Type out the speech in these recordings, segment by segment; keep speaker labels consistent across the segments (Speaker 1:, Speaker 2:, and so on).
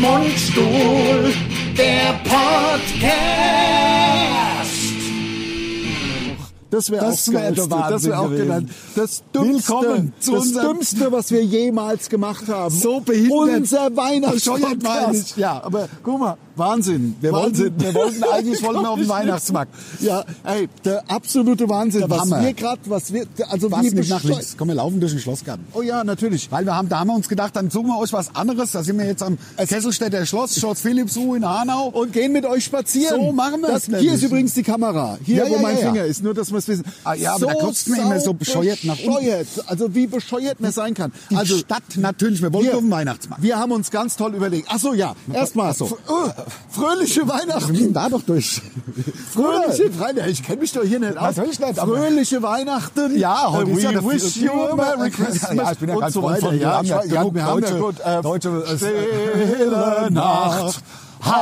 Speaker 1: Mundstuhl, der Podcast.
Speaker 2: Das wäre
Speaker 3: Das
Speaker 2: auch
Speaker 3: wär
Speaker 2: geil.
Speaker 3: der
Speaker 2: Das wäre
Speaker 3: Wahnsinn
Speaker 2: auch
Speaker 3: gewesen.
Speaker 2: genannt. Das Dümmste,
Speaker 3: Willkommen zu
Speaker 2: das
Speaker 3: unserem-
Speaker 2: Dümmste, was wir jemals gemacht haben.
Speaker 3: So behindert.
Speaker 2: Unser
Speaker 3: Bescheuert meine
Speaker 2: Weihnachtspodcast.
Speaker 3: ich. Ja, aber guck mal, Wahnsinn. Wir
Speaker 2: Wahnsinn.
Speaker 3: wollten, wir wollten eigentlich wollten wir auf den
Speaker 2: Komm ich
Speaker 3: Weihnachtsmarkt.
Speaker 2: Ja, ey, der absolute Wahnsinn.
Speaker 3: Der
Speaker 2: was
Speaker 3: Hammer.
Speaker 2: wir gerade, was wir, also
Speaker 3: Was
Speaker 2: wie
Speaker 3: nicht nach
Speaker 2: bescheu-
Speaker 3: links. Komm, wir laufen durch den Schlossgarten.
Speaker 2: Oh ja, natürlich.
Speaker 3: Weil wir haben, da haben wir uns gedacht, dann suchen wir euch was anderes. Da sind wir jetzt am Kesselstädter Schloss, Schloss Philippsruhe in Hanau.
Speaker 2: Und gehen mit euch spazieren.
Speaker 3: So machen wir's
Speaker 2: Das- Hier
Speaker 3: nämlich.
Speaker 2: ist übrigens die Kamera. Hier,
Speaker 3: Ja,
Speaker 2: wo
Speaker 3: ja,
Speaker 2: mein
Speaker 3: ja, ja.
Speaker 2: Finger ist. Nur, dass wir es wissen.
Speaker 3: Ah, ja, aber da klopft's mir immer so bescheuert nach unten.
Speaker 2: Bescheuert. Also wie bescheuert man sein kann.
Speaker 3: Die
Speaker 2: Also
Speaker 3: Stadt natürlich, wir wollten
Speaker 2: Wir-
Speaker 3: auf den Weihnachtsmarkt.
Speaker 2: Wir haben uns ganz toll überlegt. Ach so, ja. Erstmal
Speaker 3: so.
Speaker 2: fr- oh, fröhliche Weihnachten.
Speaker 3: müssen da doch durch.
Speaker 2: Fröhliche Weihnachten. Ich kenne mich doch hier nicht aus.
Speaker 3: Natürlich nicht, aber-
Speaker 2: Fröhliche Weihnachten. Äh,
Speaker 3: Ja, heute
Speaker 2: we
Speaker 3: ist ja der
Speaker 2: wish you a Merry Christmas.
Speaker 3: Ja, ich bin ja
Speaker 2: und
Speaker 3: ganz
Speaker 2: so
Speaker 3: Freund
Speaker 2: weiter.
Speaker 3: von, wir haben ja
Speaker 2: ich weiß, guck, wir haben ja gut. äh,
Speaker 3: deutsche, äh,
Speaker 2: Stille Nacht,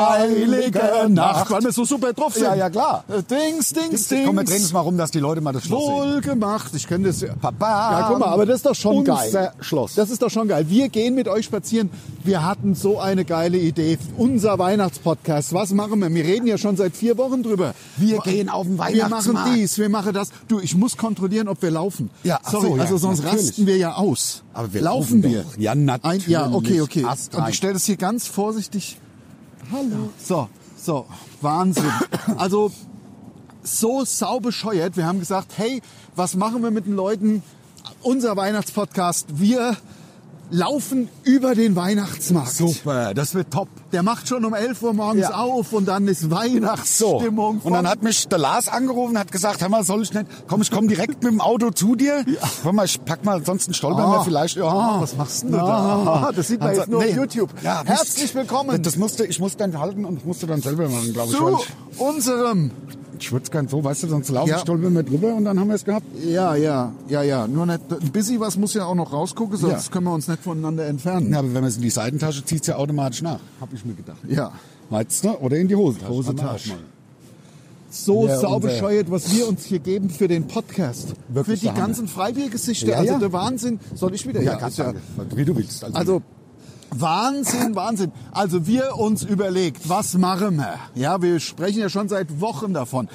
Speaker 2: heilige Nacht. Weil wir so super drauf sind.
Speaker 3: Ja, ja, klar.
Speaker 2: Äh, Dings, dings, dings.
Speaker 3: Komm, wir drehen es mal rum, dass die Leute mal das Schloss sehen.
Speaker 2: Wohl gemacht. Ich kenne das ja.
Speaker 3: Papa.
Speaker 2: Ja, guck mal, aber das ist doch schon
Speaker 3: Unser
Speaker 2: geil.
Speaker 3: Schloss.
Speaker 2: Das ist doch schon geil. Wir gehen mit euch spazieren. Wir hatten so eine geile Idee. Unser Weihnachtspodcast. Was machen wir? Wir reden ja schon seit vier Wochen drüber.
Speaker 3: Wir gehen auf den
Speaker 2: Wir machen
Speaker 3: Weihnachtsmarkt.
Speaker 2: dies, wir machen das. Du, ich muss kontrollieren, ob wir laufen.
Speaker 3: Ja, ach
Speaker 2: Sorry,
Speaker 3: so, ja,
Speaker 2: also sonst
Speaker 3: natürlich.
Speaker 2: rasten wir ja aus.
Speaker 3: Aber wir
Speaker 2: laufen,
Speaker 3: laufen
Speaker 2: wir.
Speaker 3: doch. Ja, natürlich.
Speaker 2: Ein, ja, okay, okay.
Speaker 3: Astrein.
Speaker 2: Und ich stelle das hier ganz vorsichtig. Hallo. So, so, Wahnsinn. Also so saubescheuert. Wir haben gesagt, hey, was machen wir mit den Leuten? Unser Weihnachtspodcast, wir laufen über den Weihnachtsmarkt.
Speaker 3: Super, das wird top.
Speaker 2: Der macht schon um 11 Uhr morgens
Speaker 3: Ja.
Speaker 2: auf und dann ist
Speaker 3: So.
Speaker 2: Weihnachtsstimmung.
Speaker 3: Und dann
Speaker 2: von-
Speaker 3: hat mich der Lars angerufen, hat gesagt, hör mal, soll ich nicht, komm, ich komm direkt mit dem Auto zu dir. Komm mal, ich pack mal, sonst stolpern
Speaker 2: Ah.
Speaker 3: wir vielleicht. Ja.
Speaker 2: Ah, was machst denn du da? Ah, das sieht man
Speaker 3: Dann
Speaker 2: jetzt
Speaker 3: so-
Speaker 2: nur auf YouTube.
Speaker 3: Ja,
Speaker 2: Herzlich
Speaker 3: Mist.
Speaker 2: willkommen.
Speaker 3: Das musste, ich musste dann halten und musste dann selber machen, glaube ich. weil
Speaker 2: zu unserem.
Speaker 3: Ich, ich würde es gern so, weißt du, sonst laufen,
Speaker 2: Ja.
Speaker 3: stolpern wir drüber und dann haben wir es gehabt.
Speaker 2: Ja, ja, ja, ja. Nur nicht, ein bisschen was muss ja auch noch rausgucken, sonst
Speaker 3: Ja.
Speaker 2: können wir uns nicht voneinander entfernen.
Speaker 3: Ja, aber wenn man es in die Seitentasche zieht, es ja automatisch nach. Habe ich mir gedacht.
Speaker 2: Ja.
Speaker 3: Meinst du? Oder in die Hosentasche.
Speaker 2: Hosentasche. So
Speaker 3: Ja,
Speaker 2: saubescheuert, was wir uns hier geben für den Podcast.
Speaker 3: Wirklich
Speaker 2: für die
Speaker 3: der Hammer.
Speaker 2: ganzen Freibiergesichter.
Speaker 3: Ja,
Speaker 2: also
Speaker 3: ja.
Speaker 2: der Wahnsinn. Soll ich wieder?
Speaker 3: Ja,
Speaker 2: ist
Speaker 3: ganz danke. Wie du willst.
Speaker 2: Also Wahnsinn, Wahnsinn. Also wir uns überlegt, was machen wir? Ja, wir sprechen ja schon seit Wochen davon.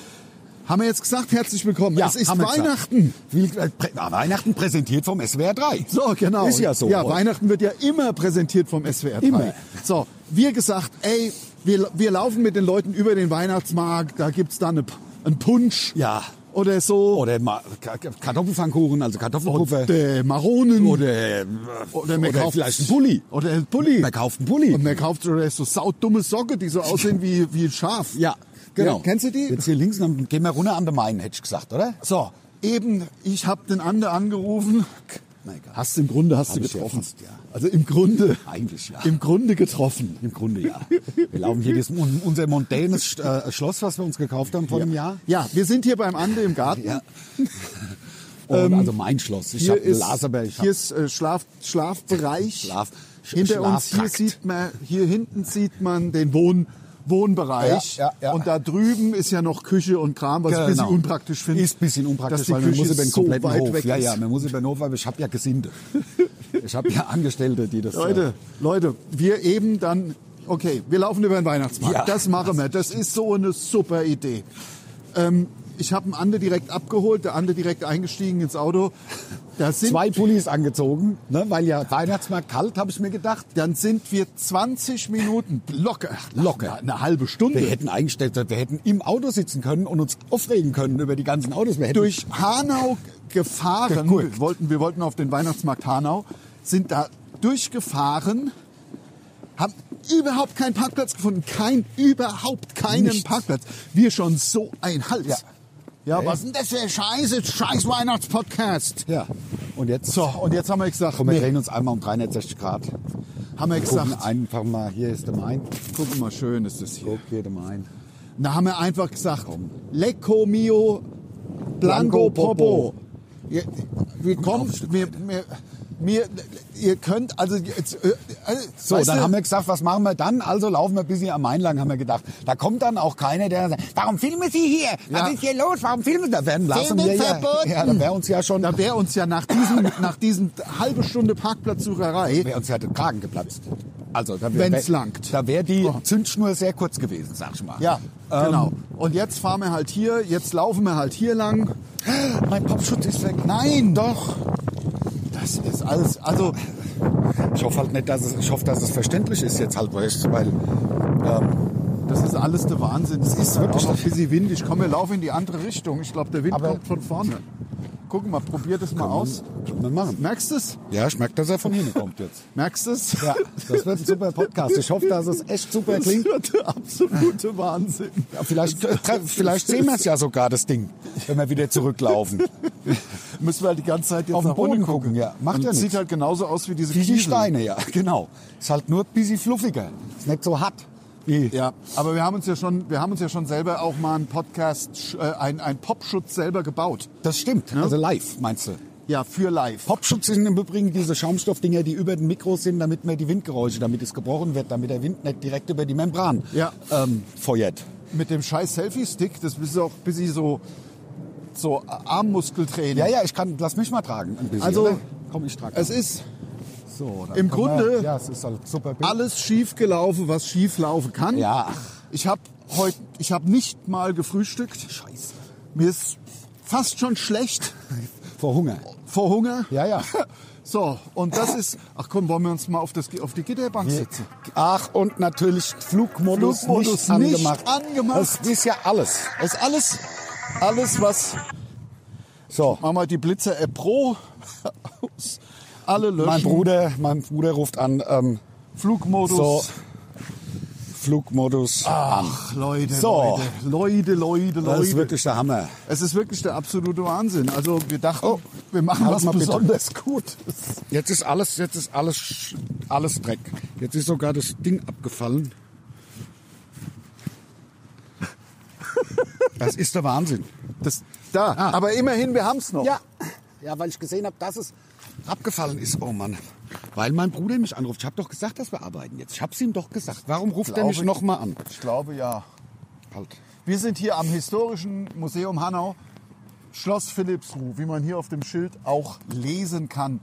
Speaker 2: Haben wir jetzt gesagt, herzlich willkommen. es ist
Speaker 3: haben wir gesagt.
Speaker 2: Weihnachten.
Speaker 3: Will- äh, prä- ah, Weihnachten präsentiert vom SWR 3.
Speaker 2: So, genau.
Speaker 3: Ist ja so.
Speaker 2: Ja, Weihnachten wird ja immer präsentiert vom SWR 3.
Speaker 3: Immer.
Speaker 2: So, wir gesagt, ey, wir, wir laufen mit den Leuten über den Weihnachtsmarkt, da gibt's dann eine, einen Punsch.
Speaker 3: Ja.
Speaker 2: Oder so.
Speaker 3: Oder Ma- Ka- Ka- Kartoffelpfannkuchen, also Kartoffelpuffer.
Speaker 2: äh, Maronen.
Speaker 3: Oder, äh,
Speaker 2: Oder man kauft
Speaker 3: vielleicht einen Pulli.
Speaker 2: Oder einen Pulli.
Speaker 3: Man kauft einen Pulli.
Speaker 2: Und man kauft oder so saudumme Socke, die so aussehen wie, wie ein Schaf.
Speaker 3: Ja, genau.
Speaker 2: Ja, kennst du die?
Speaker 3: Jetzt hier links, dann gehen wir runter an den Main, hätte ich gesagt, oder?
Speaker 2: So, eben, ich habe den Ander angerufen.
Speaker 3: Na egal.
Speaker 2: Hast du im Grunde hast
Speaker 3: Hab
Speaker 2: du
Speaker 3: ich ja
Speaker 2: getroffen.
Speaker 3: fast, ja.
Speaker 2: Also im Grunde.
Speaker 3: Eigentlich ja.
Speaker 2: Im Grunde getroffen.
Speaker 3: Im Grunde ja. Wir laufen hier das, un- unser mondänes äh, Schloss, was wir uns gekauft haben vor einem Jahr.
Speaker 2: Ja, wir sind hier beim Ander im Garten.
Speaker 3: Ja. Und also mein Schloss. Ich
Speaker 2: Hier
Speaker 3: habe
Speaker 2: ist,
Speaker 3: Laser, aber ich
Speaker 2: hier
Speaker 3: habe
Speaker 2: ist äh, Schlaf, Schlafbereich.
Speaker 3: Schlaf- Sch-
Speaker 2: Hinter uns hier
Speaker 3: Schlaftrakt.
Speaker 2: sieht man, hier hinten sieht man den Wohn, Wohnbereich.
Speaker 3: Ja, ja, ja.
Speaker 2: Und da drüben ist ja noch Küche und Kram, was ich Also ein bisschen
Speaker 3: Genau.
Speaker 2: unpraktisch finde.
Speaker 3: Ist ein bisschen unpraktisch,
Speaker 2: dass die
Speaker 3: weil
Speaker 2: Küche
Speaker 3: man muss über den
Speaker 2: so
Speaker 3: kompletten
Speaker 2: weit
Speaker 3: Hof.
Speaker 2: weg
Speaker 3: Ja,
Speaker 2: ist.
Speaker 3: ja, man muss über den Hof, weil ich habe ja Gesinde. Ich habe ja Angestellte, die das.
Speaker 2: Leute, Leute, wir eben dann, okay, wir laufen über den Weihnachtsmarkt.
Speaker 3: Ja.
Speaker 2: das machen wir. Das ist so eine super Idee. Ähm, ich habe einen Ande direkt abgeholt, der Ande direkt eingestiegen ins Auto. Da
Speaker 3: Äh,
Speaker 2: sind,
Speaker 3: zwei Pullis angezogen, ne, weil ja Weihnachtsmarkt kalt, habe ich mir gedacht.
Speaker 2: Dann sind wir 20 Minuten locker,
Speaker 3: Locker.
Speaker 2: eine halbe Stunde
Speaker 3: Wir hätten eingestellt, wir hätten im Auto sitzen können und uns aufregen können über die ganzen Autos. Wir hätten
Speaker 2: durch Hanau gefahren.
Speaker 3: Geguckt.
Speaker 2: Wir wollten, wir wollten auf den Weihnachtsmarkt Hanau, sind da durchgefahren, haben überhaupt keinen Parkplatz gefunden, kein überhaupt keinen
Speaker 3: Nichts.
Speaker 2: Parkplatz. Wir schon so ein Hals.
Speaker 3: Ja.
Speaker 2: Ja,
Speaker 3: Ey.
Speaker 2: was denn das für ein Scheiße, scheiß Weihnachtspodcast.
Speaker 3: ja. Und jetzt
Speaker 2: So, und jetzt haben wir gesagt,
Speaker 3: Komm, wir
Speaker 2: nee,
Speaker 3: drehen uns einmal um 360 Grad.
Speaker 2: haben
Speaker 3: Gucken
Speaker 2: wir gesagt,
Speaker 3: einfach mal, hier ist der Main.
Speaker 2: guck mal, schön ist das hier.
Speaker 3: Guck hier der Main.
Speaker 2: Da haben wir einfach gesagt, Lecco mio blanco
Speaker 3: Blanco
Speaker 2: popo.
Speaker 3: popo.
Speaker 2: Ihr, wir kommen,
Speaker 3: ein Stück
Speaker 2: wir,
Speaker 3: weiter.
Speaker 2: wir, wir, ihr könnt, also jetzt, äh, äh,
Speaker 3: So,
Speaker 2: weißt
Speaker 3: dann
Speaker 2: du,
Speaker 3: haben wir gesagt, was machen wir dann? Also laufen wir ein bisschen am Main lang, haben wir gedacht. Da kommt dann auch keiner, der sagt, warum filmen Sie hier? Was
Speaker 2: Ja.
Speaker 3: ist hier los? Warum filmen Sie? Da wären lassen wir ja,
Speaker 2: verboten.
Speaker 3: ja, da wäre uns ja schon,
Speaker 2: da
Speaker 3: da
Speaker 2: wäre uns ja nach diesem, nach diesem halbe Stunde Parkplatzsucherei,
Speaker 3: wäre uns ja der Kragen geplatzt. Also, da
Speaker 2: Wenn's langt.
Speaker 3: Da wäre die
Speaker 2: Oh.
Speaker 3: Zündschnur sehr kurz gewesen, sag ich mal.
Speaker 2: Ja,
Speaker 3: Ähm,
Speaker 2: genau. Und jetzt fahren wir halt hier, jetzt laufen wir halt hier lang.
Speaker 3: Mein Popschutz ist weg.
Speaker 2: Nein, doch. Das ist alles, also
Speaker 3: Ich hoffe halt nicht, dass es, ich hoffe, dass es verständlich ist jetzt halt, weil, ich, weil ähm,
Speaker 2: das ist alles der Wahnsinn. Es ist halt auch
Speaker 3: wirklich-
Speaker 2: noch ein bisschen windig. Komm, wir laufen in die andere Richtung. Ich glaube, der Wind
Speaker 3: Aber-
Speaker 2: kommt von vorne. Guck mal, probier das mal
Speaker 3: Kann man-
Speaker 2: aus.
Speaker 3: kann man machen.
Speaker 2: Merkst du es?
Speaker 3: ja, ich merke, dass er von hinten kommt jetzt.
Speaker 2: Merkst du es?
Speaker 3: Ja, das wird ein super Podcast. Ich hoffe, dass es echt super
Speaker 2: Das
Speaker 3: klingt.
Speaker 2: wird der absolute Wahnsinn.
Speaker 3: Ja, vielleicht, äh, vielleicht sehen wir es ja sogar, das Ding, wenn wir wieder zurücklaufen.
Speaker 2: Müssen wir halt die ganze Zeit jetzt
Speaker 3: Auf den
Speaker 2: nach unten
Speaker 3: Boden gucken, ja. Macht
Speaker 2: Und
Speaker 3: ja
Speaker 2: sieht
Speaker 3: nichts.
Speaker 2: halt genauso aus wie diese
Speaker 3: Wie die
Speaker 2: Kiesel.
Speaker 3: Steine, ja, genau. Ist halt nur ein bisschen fluffiger. Ist nicht so hart. Wie
Speaker 2: Ja, aber wir haben uns ja schon, wir haben uns ja schon selber auch mal einen Podcast, äh, ein, ein Popschutz selber gebaut.
Speaker 3: Das stimmt. Also live, meinst du?
Speaker 2: Ja, für live.
Speaker 3: Popschutz sind im Übrigen diese Schaumstoffdinger, die über den Mikros sind, damit man die Windgeräusche, damit es gebrochen wird, damit der Wind nicht direkt über die Membran
Speaker 2: Ja.
Speaker 3: ähm, feuert.
Speaker 2: Mit dem scheiß Selfie-Stick, das ist auch bis bisschen so, so Armmuskeltraining.
Speaker 3: Ja, ja, ich kann, lass mich mal tragen. Ein bisschen,
Speaker 2: Also-
Speaker 3: oder? komm, ich trage.
Speaker 2: Es ist
Speaker 3: so, dann
Speaker 2: im
Speaker 3: kann man-
Speaker 2: Grunde-
Speaker 3: ja, es ist halt super. Bild.
Speaker 2: alles schief gelaufen, was schief laufen kann.
Speaker 3: Ja.
Speaker 2: Ich habe heute, ich habe nicht mal gefrühstückt.
Speaker 3: Scheiße.
Speaker 2: Mir ist fast schon schlecht
Speaker 3: Vor Hunger.
Speaker 2: vor Hunger.
Speaker 3: Ja, ja.
Speaker 2: So, und das ist, ach komm, wollen wir uns mal auf, das, auf die Gitterbank setzen?
Speaker 3: Ach, und natürlich Flugmodus,
Speaker 2: Flugmodus
Speaker 3: nicht angemacht.
Speaker 2: nicht angemacht.
Speaker 3: Das ist ja alles.
Speaker 2: Das ist alles, alles was,
Speaker 3: So,
Speaker 2: machen wir die Blitzer-App Pro aus. Alle löschen.
Speaker 3: mein Bruder, mein Bruder ruft an, ähm,
Speaker 2: Flugmodus.
Speaker 3: so, Flugmodus an.
Speaker 2: Ach, Leute,
Speaker 3: So.
Speaker 2: Leute, Leute,
Speaker 3: Das
Speaker 2: Leute,
Speaker 3: ist
Speaker 2: Ah, Leute.
Speaker 3: wirklich der Hammer.
Speaker 2: Es ist wirklich der absolute Wahnsinn. Also wir dachten,
Speaker 3: Oh,
Speaker 2: wir machen
Speaker 3: halt
Speaker 2: was
Speaker 3: mal bitte.
Speaker 2: besonders gut.
Speaker 3: Jetzt ist alles, jetzt ist alles, sch- alles Dreck. Jetzt ist sogar das Ding abgefallen. Das ist der Wahnsinn.
Speaker 2: Das, da, aber immerhin, wir haben es noch.
Speaker 3: Ah. Ja, ja, weil ich gesehen habe, dass es abgefallen ist. Oh Mann. Weil mein Bruder mich anruft. Ich habe doch gesagt, dass wir arbeiten jetzt. Ich habe es ihm doch gesagt. Warum ruft er mich
Speaker 2: Glaube-
Speaker 3: nochmal an?
Speaker 2: Ich glaube ja.
Speaker 3: Halt.
Speaker 2: Wir sind hier am Historischen Museum Hanau, Schloss Philippsruh, wie man hier auf dem Schild auch lesen kann.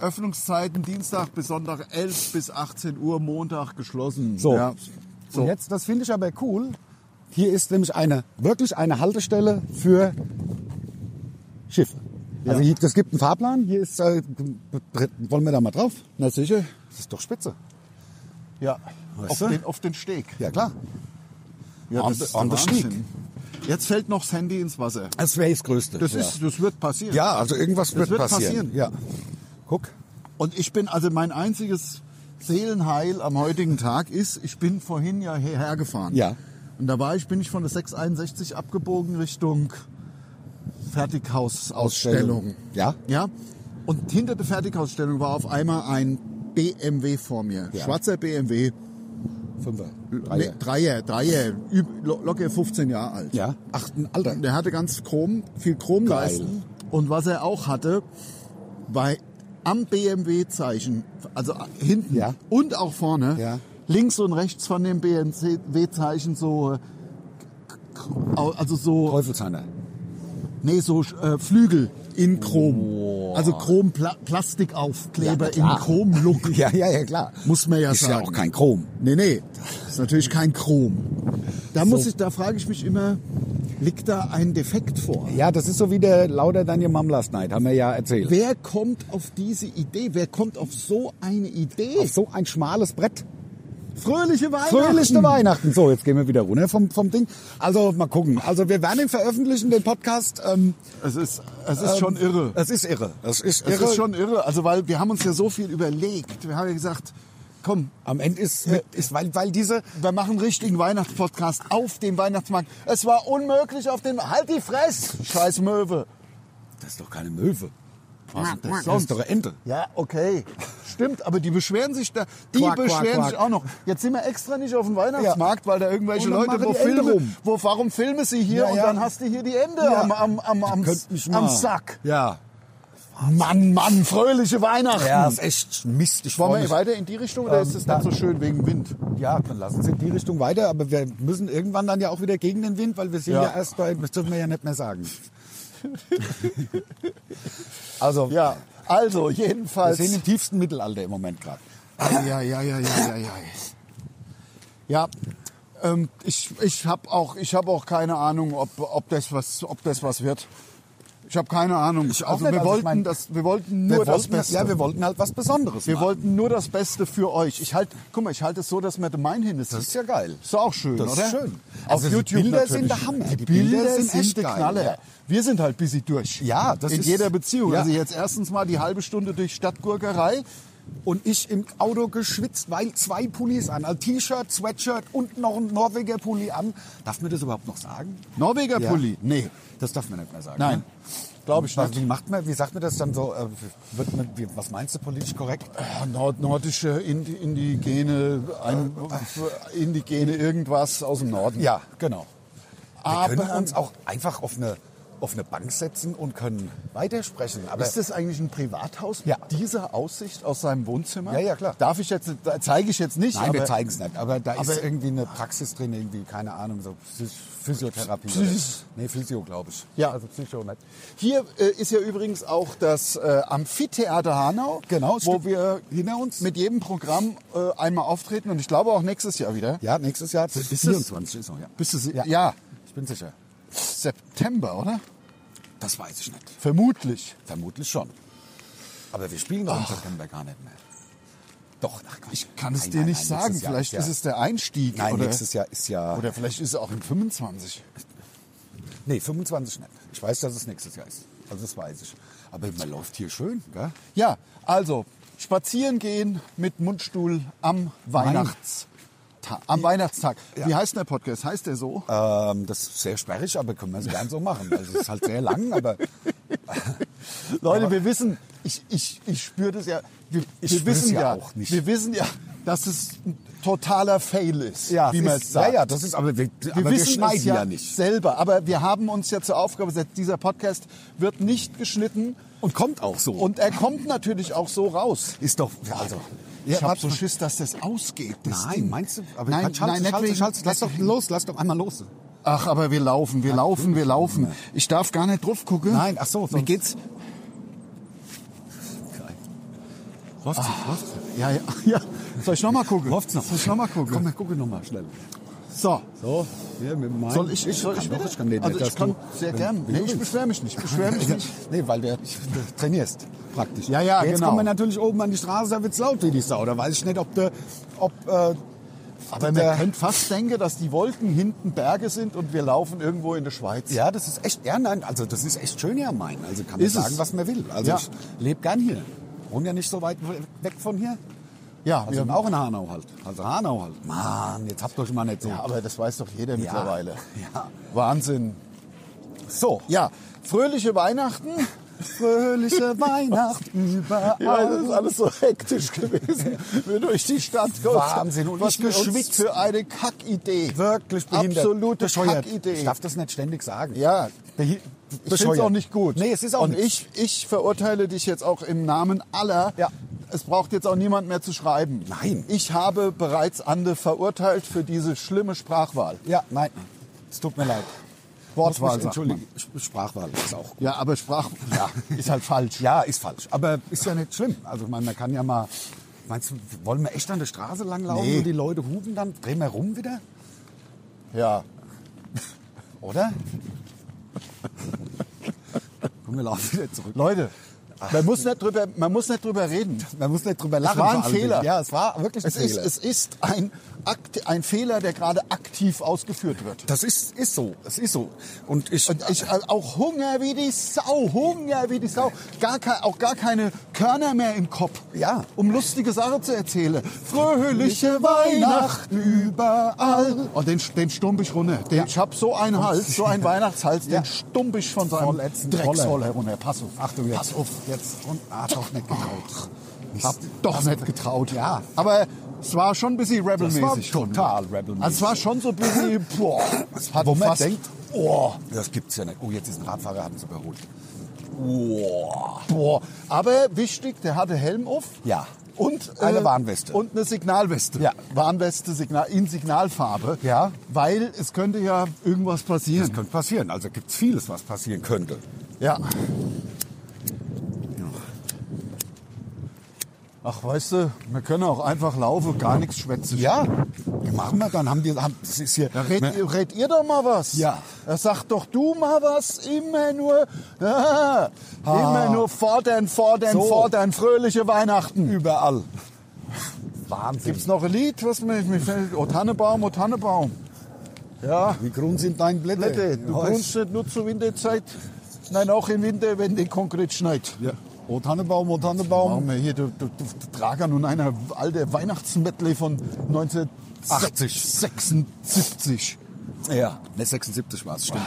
Speaker 2: Öffnungszeiten Dienstag bis Sonntag 11 bis 18 Uhr, Montag geschlossen.
Speaker 3: So.
Speaker 2: Ja.
Speaker 3: Und jetzt, das finde ich aber cool. Hier ist nämlich eine, wirklich eine Haltestelle für Schiffe. Also hier, das gibt einen Fahrplan. Hier ist, äh, wollen wir da mal drauf?
Speaker 2: Na sicher.
Speaker 3: Das ist doch spitze.
Speaker 2: Ja,
Speaker 3: Weißt
Speaker 2: auf
Speaker 3: du?
Speaker 2: den, auf den Steg.
Speaker 3: Ja, klar.
Speaker 2: Ja,
Speaker 3: On-
Speaker 2: der
Speaker 3: on the
Speaker 2: Wahnsinn.
Speaker 3: Steg.
Speaker 2: Jetzt fällt noch das Handy ins Wasser.
Speaker 3: Das wäre das Größte.
Speaker 2: Das,
Speaker 3: ja.
Speaker 2: ist, das wird passieren.
Speaker 3: ja, also irgendwas wird,
Speaker 2: wird
Speaker 3: passieren.
Speaker 2: passieren.
Speaker 3: Ja. Guck.
Speaker 2: Und ich bin, also mein einziges Seelenheil am heutigen Tag ist, ich bin vorhin ja hierher gefahren.
Speaker 3: Ja.
Speaker 2: Und da war ich, bin ich von der 661 abgebogen Richtung Fertighausausstellung.
Speaker 3: Ja.
Speaker 2: Ja. Und hinter der Fertighausstellung war auf einmal ein BMW vor mir.
Speaker 3: Ja.
Speaker 2: Schwarzer BMW.
Speaker 3: Fünfer.
Speaker 2: Nee, Dreier, Dreier. üb- lo- Locker 15 Jahre alt.
Speaker 3: Ja. Achten Alter.
Speaker 2: Der hatte ganz Chrom, viel Chromleisten. Und was er auch hatte, bei am BMW-Zeichen, also hinten
Speaker 3: Ja.
Speaker 2: und auch vorne,
Speaker 3: Ja.
Speaker 2: links und rechts von dem BMW-Zeichen so, äh, k- au- also so,
Speaker 3: Teufelshanner.
Speaker 2: nee, so äh, Flügel in Chrom. Also Chrom-Plastik-Aufkleber
Speaker 3: Ja,
Speaker 2: in Chrom-Look.
Speaker 3: Ja, ja, ja, klar.
Speaker 2: Muss man ja
Speaker 3: ist
Speaker 2: sagen.
Speaker 3: ja auch kein Chrom.
Speaker 2: Nee, nee, das ist natürlich kein Chrom. Da muss ich, da frage ich mich immer, liegt da ein Defekt vor?
Speaker 3: Ja, das ist so wie der Lauder Daniel Mum Last Night, haben wir ja erzählt.
Speaker 2: Wer kommt auf diese Idee? Wer kommt auf so eine Idee?
Speaker 3: Auf so ein schmales Brett.
Speaker 2: fröhliche Weihnachten.
Speaker 3: Fröhliche Weihnachten. So, jetzt gehen wir wieder runter vom, vom Ding. Also, mal gucken. Also, wir werden ihn veröffentlichen, den Podcast. Ähm,
Speaker 2: Es ist, es ist schon irre.
Speaker 3: Es ist irre. Es ist
Speaker 2: Es
Speaker 3: irre.
Speaker 2: ist schon Ähm, irre. Also, weil wir haben uns ja so viel überlegt. Wir haben ja gesagt, komm,
Speaker 3: Am Ende ist, mit, ist weil, weil diese...
Speaker 2: wir machen einen richtigen Weihnachtspodcast auf dem Weihnachtsmarkt. Es war unmöglich auf dem, halt die Fress, scheiß Möwe.
Speaker 3: Das ist doch keine Möwe. Was ist denn das?
Speaker 2: Quack,
Speaker 3: das ist doch eine Ente.
Speaker 2: Ja, okay. Stimmt, aber die beschweren sich da, die
Speaker 3: Quack, quack,
Speaker 2: beschweren
Speaker 3: quack.
Speaker 2: sich auch noch. Jetzt sind wir extra nicht auf dem Weihnachtsmarkt, weil da irgendwelche
Speaker 3: Und dann
Speaker 2: Leute,
Speaker 3: machen
Speaker 2: wo
Speaker 3: die Ente
Speaker 2: Filme,
Speaker 3: rum.
Speaker 2: wo, warum filmen sie hier
Speaker 3: Ja,
Speaker 2: und
Speaker 3: ja.
Speaker 2: dann hast du hier die Ende
Speaker 3: Ja.
Speaker 2: am, am, am, am,
Speaker 3: Könnt mich mal.
Speaker 2: am Sack.
Speaker 3: Ja.
Speaker 2: Mann, Mann, fröhliche Weihnachten.
Speaker 3: Ja, ist echt Mist. Ich freu
Speaker 2: Wollen wir
Speaker 3: mich.
Speaker 2: weiter in die Richtung oder
Speaker 3: Ähm,
Speaker 2: ist es dann
Speaker 3: da-
Speaker 2: so schön wegen Wind?
Speaker 3: Ja, dann lassen Sie in die Richtung weiter, aber wir müssen irgendwann dann ja auch wieder gegen den Wind, weil wir sind
Speaker 2: Ja.
Speaker 3: ja, erst bei, das dürfen wir ja nicht mehr sagen. also,
Speaker 2: Ja, also
Speaker 3: wir
Speaker 2: jedenfalls.
Speaker 3: Also,
Speaker 2: Also,
Speaker 3: sind im tiefsten Mittelalter im Moment gerade.
Speaker 2: Ja, ja, ja, ja, ja, ja. Ja, ähm, ich, ich habe auch, ich hab auch keine Ahnung, ob, ob, das was, ob das was wird. Ich habe keine Ahnung.
Speaker 3: auch
Speaker 2: also
Speaker 3: nicht, also
Speaker 2: wir
Speaker 3: ich
Speaker 2: wollten
Speaker 3: mein,
Speaker 2: das, wir wollten
Speaker 3: Wir
Speaker 2: nur das
Speaker 3: wollten,
Speaker 2: Beste.
Speaker 3: ja, wir wollten halt was Besonderes
Speaker 2: Wir
Speaker 3: machen.
Speaker 2: wollten nur das Beste für euch. Ich halt, guck mal, ich halte es so, dass man den Main hin ist.
Speaker 3: Das ist ja geil.
Speaker 2: Ist doch auch schön,
Speaker 3: Das ist
Speaker 2: oder?
Speaker 3: schön.
Speaker 2: Auf
Speaker 3: Also die
Speaker 2: YouTube
Speaker 3: Bilder
Speaker 2: natürlich.
Speaker 3: sind der Hammer.
Speaker 2: Die,
Speaker 3: Die
Speaker 2: Bilder,
Speaker 3: Bilder
Speaker 2: sind,
Speaker 3: sind echt
Speaker 2: echt der
Speaker 3: geil,
Speaker 2: Knaller.
Speaker 3: ja.
Speaker 2: Wir sind halt busy durch.
Speaker 3: Ja, das
Speaker 2: In
Speaker 3: ist-
Speaker 2: jeder Beziehung.
Speaker 3: ja.
Speaker 2: Also jetzt erstens mal die halbe Stunde durch Stadtgurkerei.
Speaker 3: Und ich im Auto geschwitzt, weil zwei Pullis an. Also T-Shirt, Sweatshirt und noch ein Norweger Pulli an. Darf mir das überhaupt noch sagen?
Speaker 2: Norweger
Speaker 3: Ja.
Speaker 2: Pulli? Nee.
Speaker 3: Das darf man nicht mehr sagen.
Speaker 2: Nein. Glaube ich
Speaker 3: Was-
Speaker 2: nicht.
Speaker 3: Wie, macht man, wie sagt man das dann so? äh, Wird man, wie, was meinst du politisch korrekt?
Speaker 2: Ja, Nord nordische, ind indigene, ein, indigene irgendwas aus dem Norden.
Speaker 3: Ja, genau. Wir
Speaker 2: Aber- ähm,
Speaker 3: können uns auch einfach auf eine, auf eine Bank setzen und können weitersprechen. Aber
Speaker 2: Ist das eigentlich ein Privathaus
Speaker 3: Ja.
Speaker 2: mit dieser Aussicht aus seinem Wohnzimmer?
Speaker 3: Ja, ja, klar.
Speaker 2: Darf ich jetzt, da zeige ich jetzt nicht.
Speaker 3: Nein, wir
Speaker 2: aber-
Speaker 3: zeigen es nicht. Aber da
Speaker 2: aber-
Speaker 3: ist irgendwie eine Praxis drin, irgendwie, keine Ahnung, so Physi- Physiotherapie.
Speaker 2: Psych-
Speaker 3: nee, Physio, glaube ich.
Speaker 2: Ja.
Speaker 3: also Psycho nicht.
Speaker 2: Hier äh, ist ja übrigens auch das äh, Amphitheater Hanau,
Speaker 3: Genau,
Speaker 2: wo
Speaker 3: stimmt.
Speaker 2: wir
Speaker 3: Hinter uns?
Speaker 2: mit jedem Programm äh, einmal auftreten und ich glaube auch nächstes Jahr wieder.
Speaker 3: Ja, nächstes Jahr. Ist
Speaker 2: es-
Speaker 3: 24 ist noch, ja.
Speaker 2: Bist du si-
Speaker 3: Ja.
Speaker 2: ja,
Speaker 3: Ich bin sicher.
Speaker 2: September, oder?
Speaker 3: Das weiß ich nicht.
Speaker 2: Vermutlich.
Speaker 3: Vermutlich schon. Aber wir spielen doch im September gar nicht mehr. Doch, ach Quatsch.
Speaker 2: Ich kann es
Speaker 3: Nein,
Speaker 2: dir
Speaker 3: nein,
Speaker 2: nicht
Speaker 3: nein,
Speaker 2: sagen.
Speaker 3: nächstes Jahr
Speaker 2: Vielleicht
Speaker 3: ja-
Speaker 2: ist es der Einstieg.
Speaker 3: Nein,
Speaker 2: oder,
Speaker 3: nächstes Jahr ist ja.
Speaker 2: oder vielleicht ist es auch in 25.
Speaker 3: Nee, 25 nicht. Ich weiß, dass es nächstes Jahr ist. Also das weiß ich. Aber man läuft hier schön, gell?
Speaker 2: Ja, also spazieren gehen mit Mundstuhl am Weihnachtstag. Am Weihnachtstag.
Speaker 3: Ja.
Speaker 2: Wie heißt denn der Podcast? Heißt der so?
Speaker 3: Ähm, das ist sehr sperrig, aber können wir es gern so machen. Also es ist halt sehr lang, aber
Speaker 2: Leute, wir wissen, ich, ich, ich spüre das ja. Wir,
Speaker 3: Ich
Speaker 2: wir
Speaker 3: spür's
Speaker 2: wissen
Speaker 3: ja auch nicht.
Speaker 2: Wir wissen ja, dass es ein totaler Fail ist, wie
Speaker 3: es
Speaker 2: man
Speaker 3: ist-
Speaker 2: es sagt.
Speaker 3: Ja, ja, das ist aber wir,
Speaker 2: Wir
Speaker 3: aber
Speaker 2: wissen
Speaker 3: wir schneiden
Speaker 2: es ja,
Speaker 3: ja nicht.
Speaker 2: selber, aber wir haben uns ja zur Aufgabe gesetzt, dieser Podcast wird nicht geschnitten
Speaker 3: Und kommt auch so.
Speaker 2: und er kommt natürlich auch so raus.
Speaker 3: ist doch also
Speaker 2: Ich hab
Speaker 3: warte
Speaker 2: so
Speaker 3: mal.
Speaker 2: Schiss, dass das ausgeht. Das
Speaker 3: Nein,
Speaker 2: Ding.
Speaker 3: meinst du? Aber
Speaker 2: nein,
Speaker 3: halt,
Speaker 2: nein,
Speaker 3: halt,
Speaker 2: nicht
Speaker 3: halt,
Speaker 2: wegen-
Speaker 3: halt, lass doch
Speaker 2: nicht-
Speaker 3: los, lass doch einmal los.
Speaker 2: Ach, aber wir laufen, wir laufen, wir laufen. Ich darf gar nicht drauf gucken.
Speaker 3: Nein, ach so,
Speaker 2: Wie
Speaker 3: sonst-
Speaker 2: geht's?
Speaker 3: Läuft ah. läuft's.
Speaker 2: Ja, ja, ja. Soll ich nochmal gucken?
Speaker 3: Läuft's noch?
Speaker 2: Soll ich nochmal gucken?
Speaker 3: Komm, wir gucken nochmal schnell.
Speaker 2: So.
Speaker 3: So, ja, mit meinem.
Speaker 2: Soll ich, ich, soll
Speaker 3: kann
Speaker 2: ich, wieder?
Speaker 3: doch, ich kann den
Speaker 2: also
Speaker 3: nicht,
Speaker 2: ich kann
Speaker 3: dass du-
Speaker 2: sehr
Speaker 3: wenn-
Speaker 2: gern.
Speaker 3: wenn
Speaker 2: Nee,
Speaker 3: du
Speaker 2: ich
Speaker 3: willst.
Speaker 2: beschwere mich nicht. Beschwere mich nicht.
Speaker 3: Nee, weil du trainierst praktisch.
Speaker 2: Ja, ja,
Speaker 3: Jetzt
Speaker 2: genau.
Speaker 3: kommen wir natürlich oben an die Straße, da wird's laut wie die Sau. Da weiß ich nicht, ob der, ob, äh,
Speaker 2: Aber man könnte fast denken, dass die Wolken hinten Berge sind und wir laufen irgendwo in der Schweiz.
Speaker 3: ja, das ist echt, ja, nein, also das ist echt schön hier am Main. Also kann man
Speaker 2: Ist es.
Speaker 3: sagen, was man will. Also
Speaker 2: Ja.
Speaker 3: ich lebe gern hier. Wohne ja nicht so weit weg von hier.
Speaker 2: ja
Speaker 3: Also
Speaker 2: wir,
Speaker 3: auch in Hanau halt. Also Hanau halt. Mann, jetzt habt euch mal nicht so.
Speaker 2: ja, aber das weiß doch jeder mittlerweile.
Speaker 3: Ja.
Speaker 2: Wahnsinn.
Speaker 3: So.
Speaker 2: Ja, fröhliche Weihnachten.
Speaker 3: Fröhliche Weihnacht überall.
Speaker 2: Ja, das ist alles so hektisch gewesen. Wir durch die Stadt Gott,
Speaker 3: Wahnsinn, und
Speaker 2: was
Speaker 3: ich geschwitzt.
Speaker 2: geschwitzt für eine Kackidee.
Speaker 3: Wirklich behindert.
Speaker 2: Absolute
Speaker 3: bescheuert.
Speaker 2: Kackidee.
Speaker 3: Ich darf das nicht ständig sagen.
Speaker 2: Ja.
Speaker 3: Behi
Speaker 2: Ich finde es auch nicht gut.
Speaker 3: Nee, es ist auch
Speaker 2: Und
Speaker 3: nicht.
Speaker 2: ich, ich verurteile dich jetzt auch im Namen aller.
Speaker 3: Ja.
Speaker 2: Es braucht jetzt auch niemand mehr zu schreiben.
Speaker 3: Nein.
Speaker 2: Ich habe bereits Ande verurteilt für diese schlimme Sprachwahl.
Speaker 3: Ja, nein. Es tut mir leid.
Speaker 2: Wortwahl, sagt
Speaker 3: Entschuldigung. Sprachwahl ist auch gut.
Speaker 2: Ja, aber Sprach ja, ist halt falsch.
Speaker 3: Ja, ist falsch. Aber ist ja nicht schlimm. Also, ich meine, man kann ja mal. Meinst du, wollen wir echt an der Straße langlaufen
Speaker 2: Nee.
Speaker 3: und die Leute hupen dann? Drehen wir rum wieder?
Speaker 2: Ja.
Speaker 3: Oder? Komm, wir laufen wieder zurück.
Speaker 2: Leute, man muss, nicht drüber, man muss nicht drüber reden.
Speaker 3: Man muss nicht drüber lachen.
Speaker 2: war ein
Speaker 3: vor allen Dingen.
Speaker 2: Fehler.
Speaker 3: Ja, es war wirklich ein
Speaker 2: Es ist,
Speaker 3: Fehler.
Speaker 2: es ist ein, Akt, ein Fehler, der gerade aktiv ausgeführt wird.
Speaker 3: das ist, ist so. Es ist so. Und ich.
Speaker 2: Und ich äh, auch Hunger wie die Sau, Hunger wie die Sau. Gar kein, auch gar keine Körner mehr im Kopf.
Speaker 3: Ja.
Speaker 2: Um lustige Sachen zu erzählen. Fröhliche Weihnachten überall. Und den, den stumpf ich runter. Den, Ich hab so einen Hals, so einen Weihnachtshals,
Speaker 3: Ja.
Speaker 2: den stumpf ich von seinem
Speaker 3: Voll ätzend,
Speaker 2: Drecksroller
Speaker 3: voller.
Speaker 2: runter. ne, Pass auf.
Speaker 3: Achtung jetzt.
Speaker 2: Pass auf.
Speaker 3: Jetzt. Und, ah, doch nicht getraut. Mist.
Speaker 2: Hab doch nicht getraut.
Speaker 3: Ja.
Speaker 2: Aber es war schon ein bisschen
Speaker 3: Das war
Speaker 2: rebelmäßig.
Speaker 3: total rebelmäßig.
Speaker 2: Also es war schon so ein bisschen, boah, es hat
Speaker 3: Wo man
Speaker 2: fast-
Speaker 3: denkt, oh, das gibt's ja nicht. Oh, jetzt ist ein Radfahrer, hat uns überholt. Oh.
Speaker 2: Boah, aber wichtig, der hatte Helm auf.
Speaker 3: Ja.
Speaker 2: Und äh,
Speaker 3: Eine Warnweste.
Speaker 2: Und eine Signalweste.
Speaker 3: Ja.
Speaker 2: Warnweste Signal, in Signalfarbe.
Speaker 3: Ja.
Speaker 2: Weil es könnte ja irgendwas passieren.
Speaker 3: Das könnte passieren. Also gibt's vieles, was passieren könnte.
Speaker 2: ja. Ach, weißt du, wir können auch einfach laufen, gar nichts schwätzen.
Speaker 3: Ja, machen wir dann. Haben die, haben, das ist hier,
Speaker 2: Ja, red, red ihr doch mal was.
Speaker 3: Ja.
Speaker 2: Er sagt doch du mal was. Immer nur, ah, immer nur fordern, fordern,
Speaker 3: So.
Speaker 2: fordern. Fröhliche Weihnachten.
Speaker 3: überall. Wahnsinn.
Speaker 2: Gibt's noch ein Lied, was mir, mir fällt? O Tannebaum, O Tannebaum. Ja.
Speaker 3: Wie grün sind deine Blätter?
Speaker 2: Blätter, du
Speaker 3: Ja,
Speaker 2: brunst nicht nur zur Winterzeit, nein, auch im Winter, wenn die konkret schneit.
Speaker 3: Ja. O Tannenbaum, o Tannenbaum.
Speaker 2: Warum wir hier, du, du, du, du Trager nun einer alte Weihnachtsmedley von 1976.
Speaker 3: Ja, ne, 76 war es, stimmt.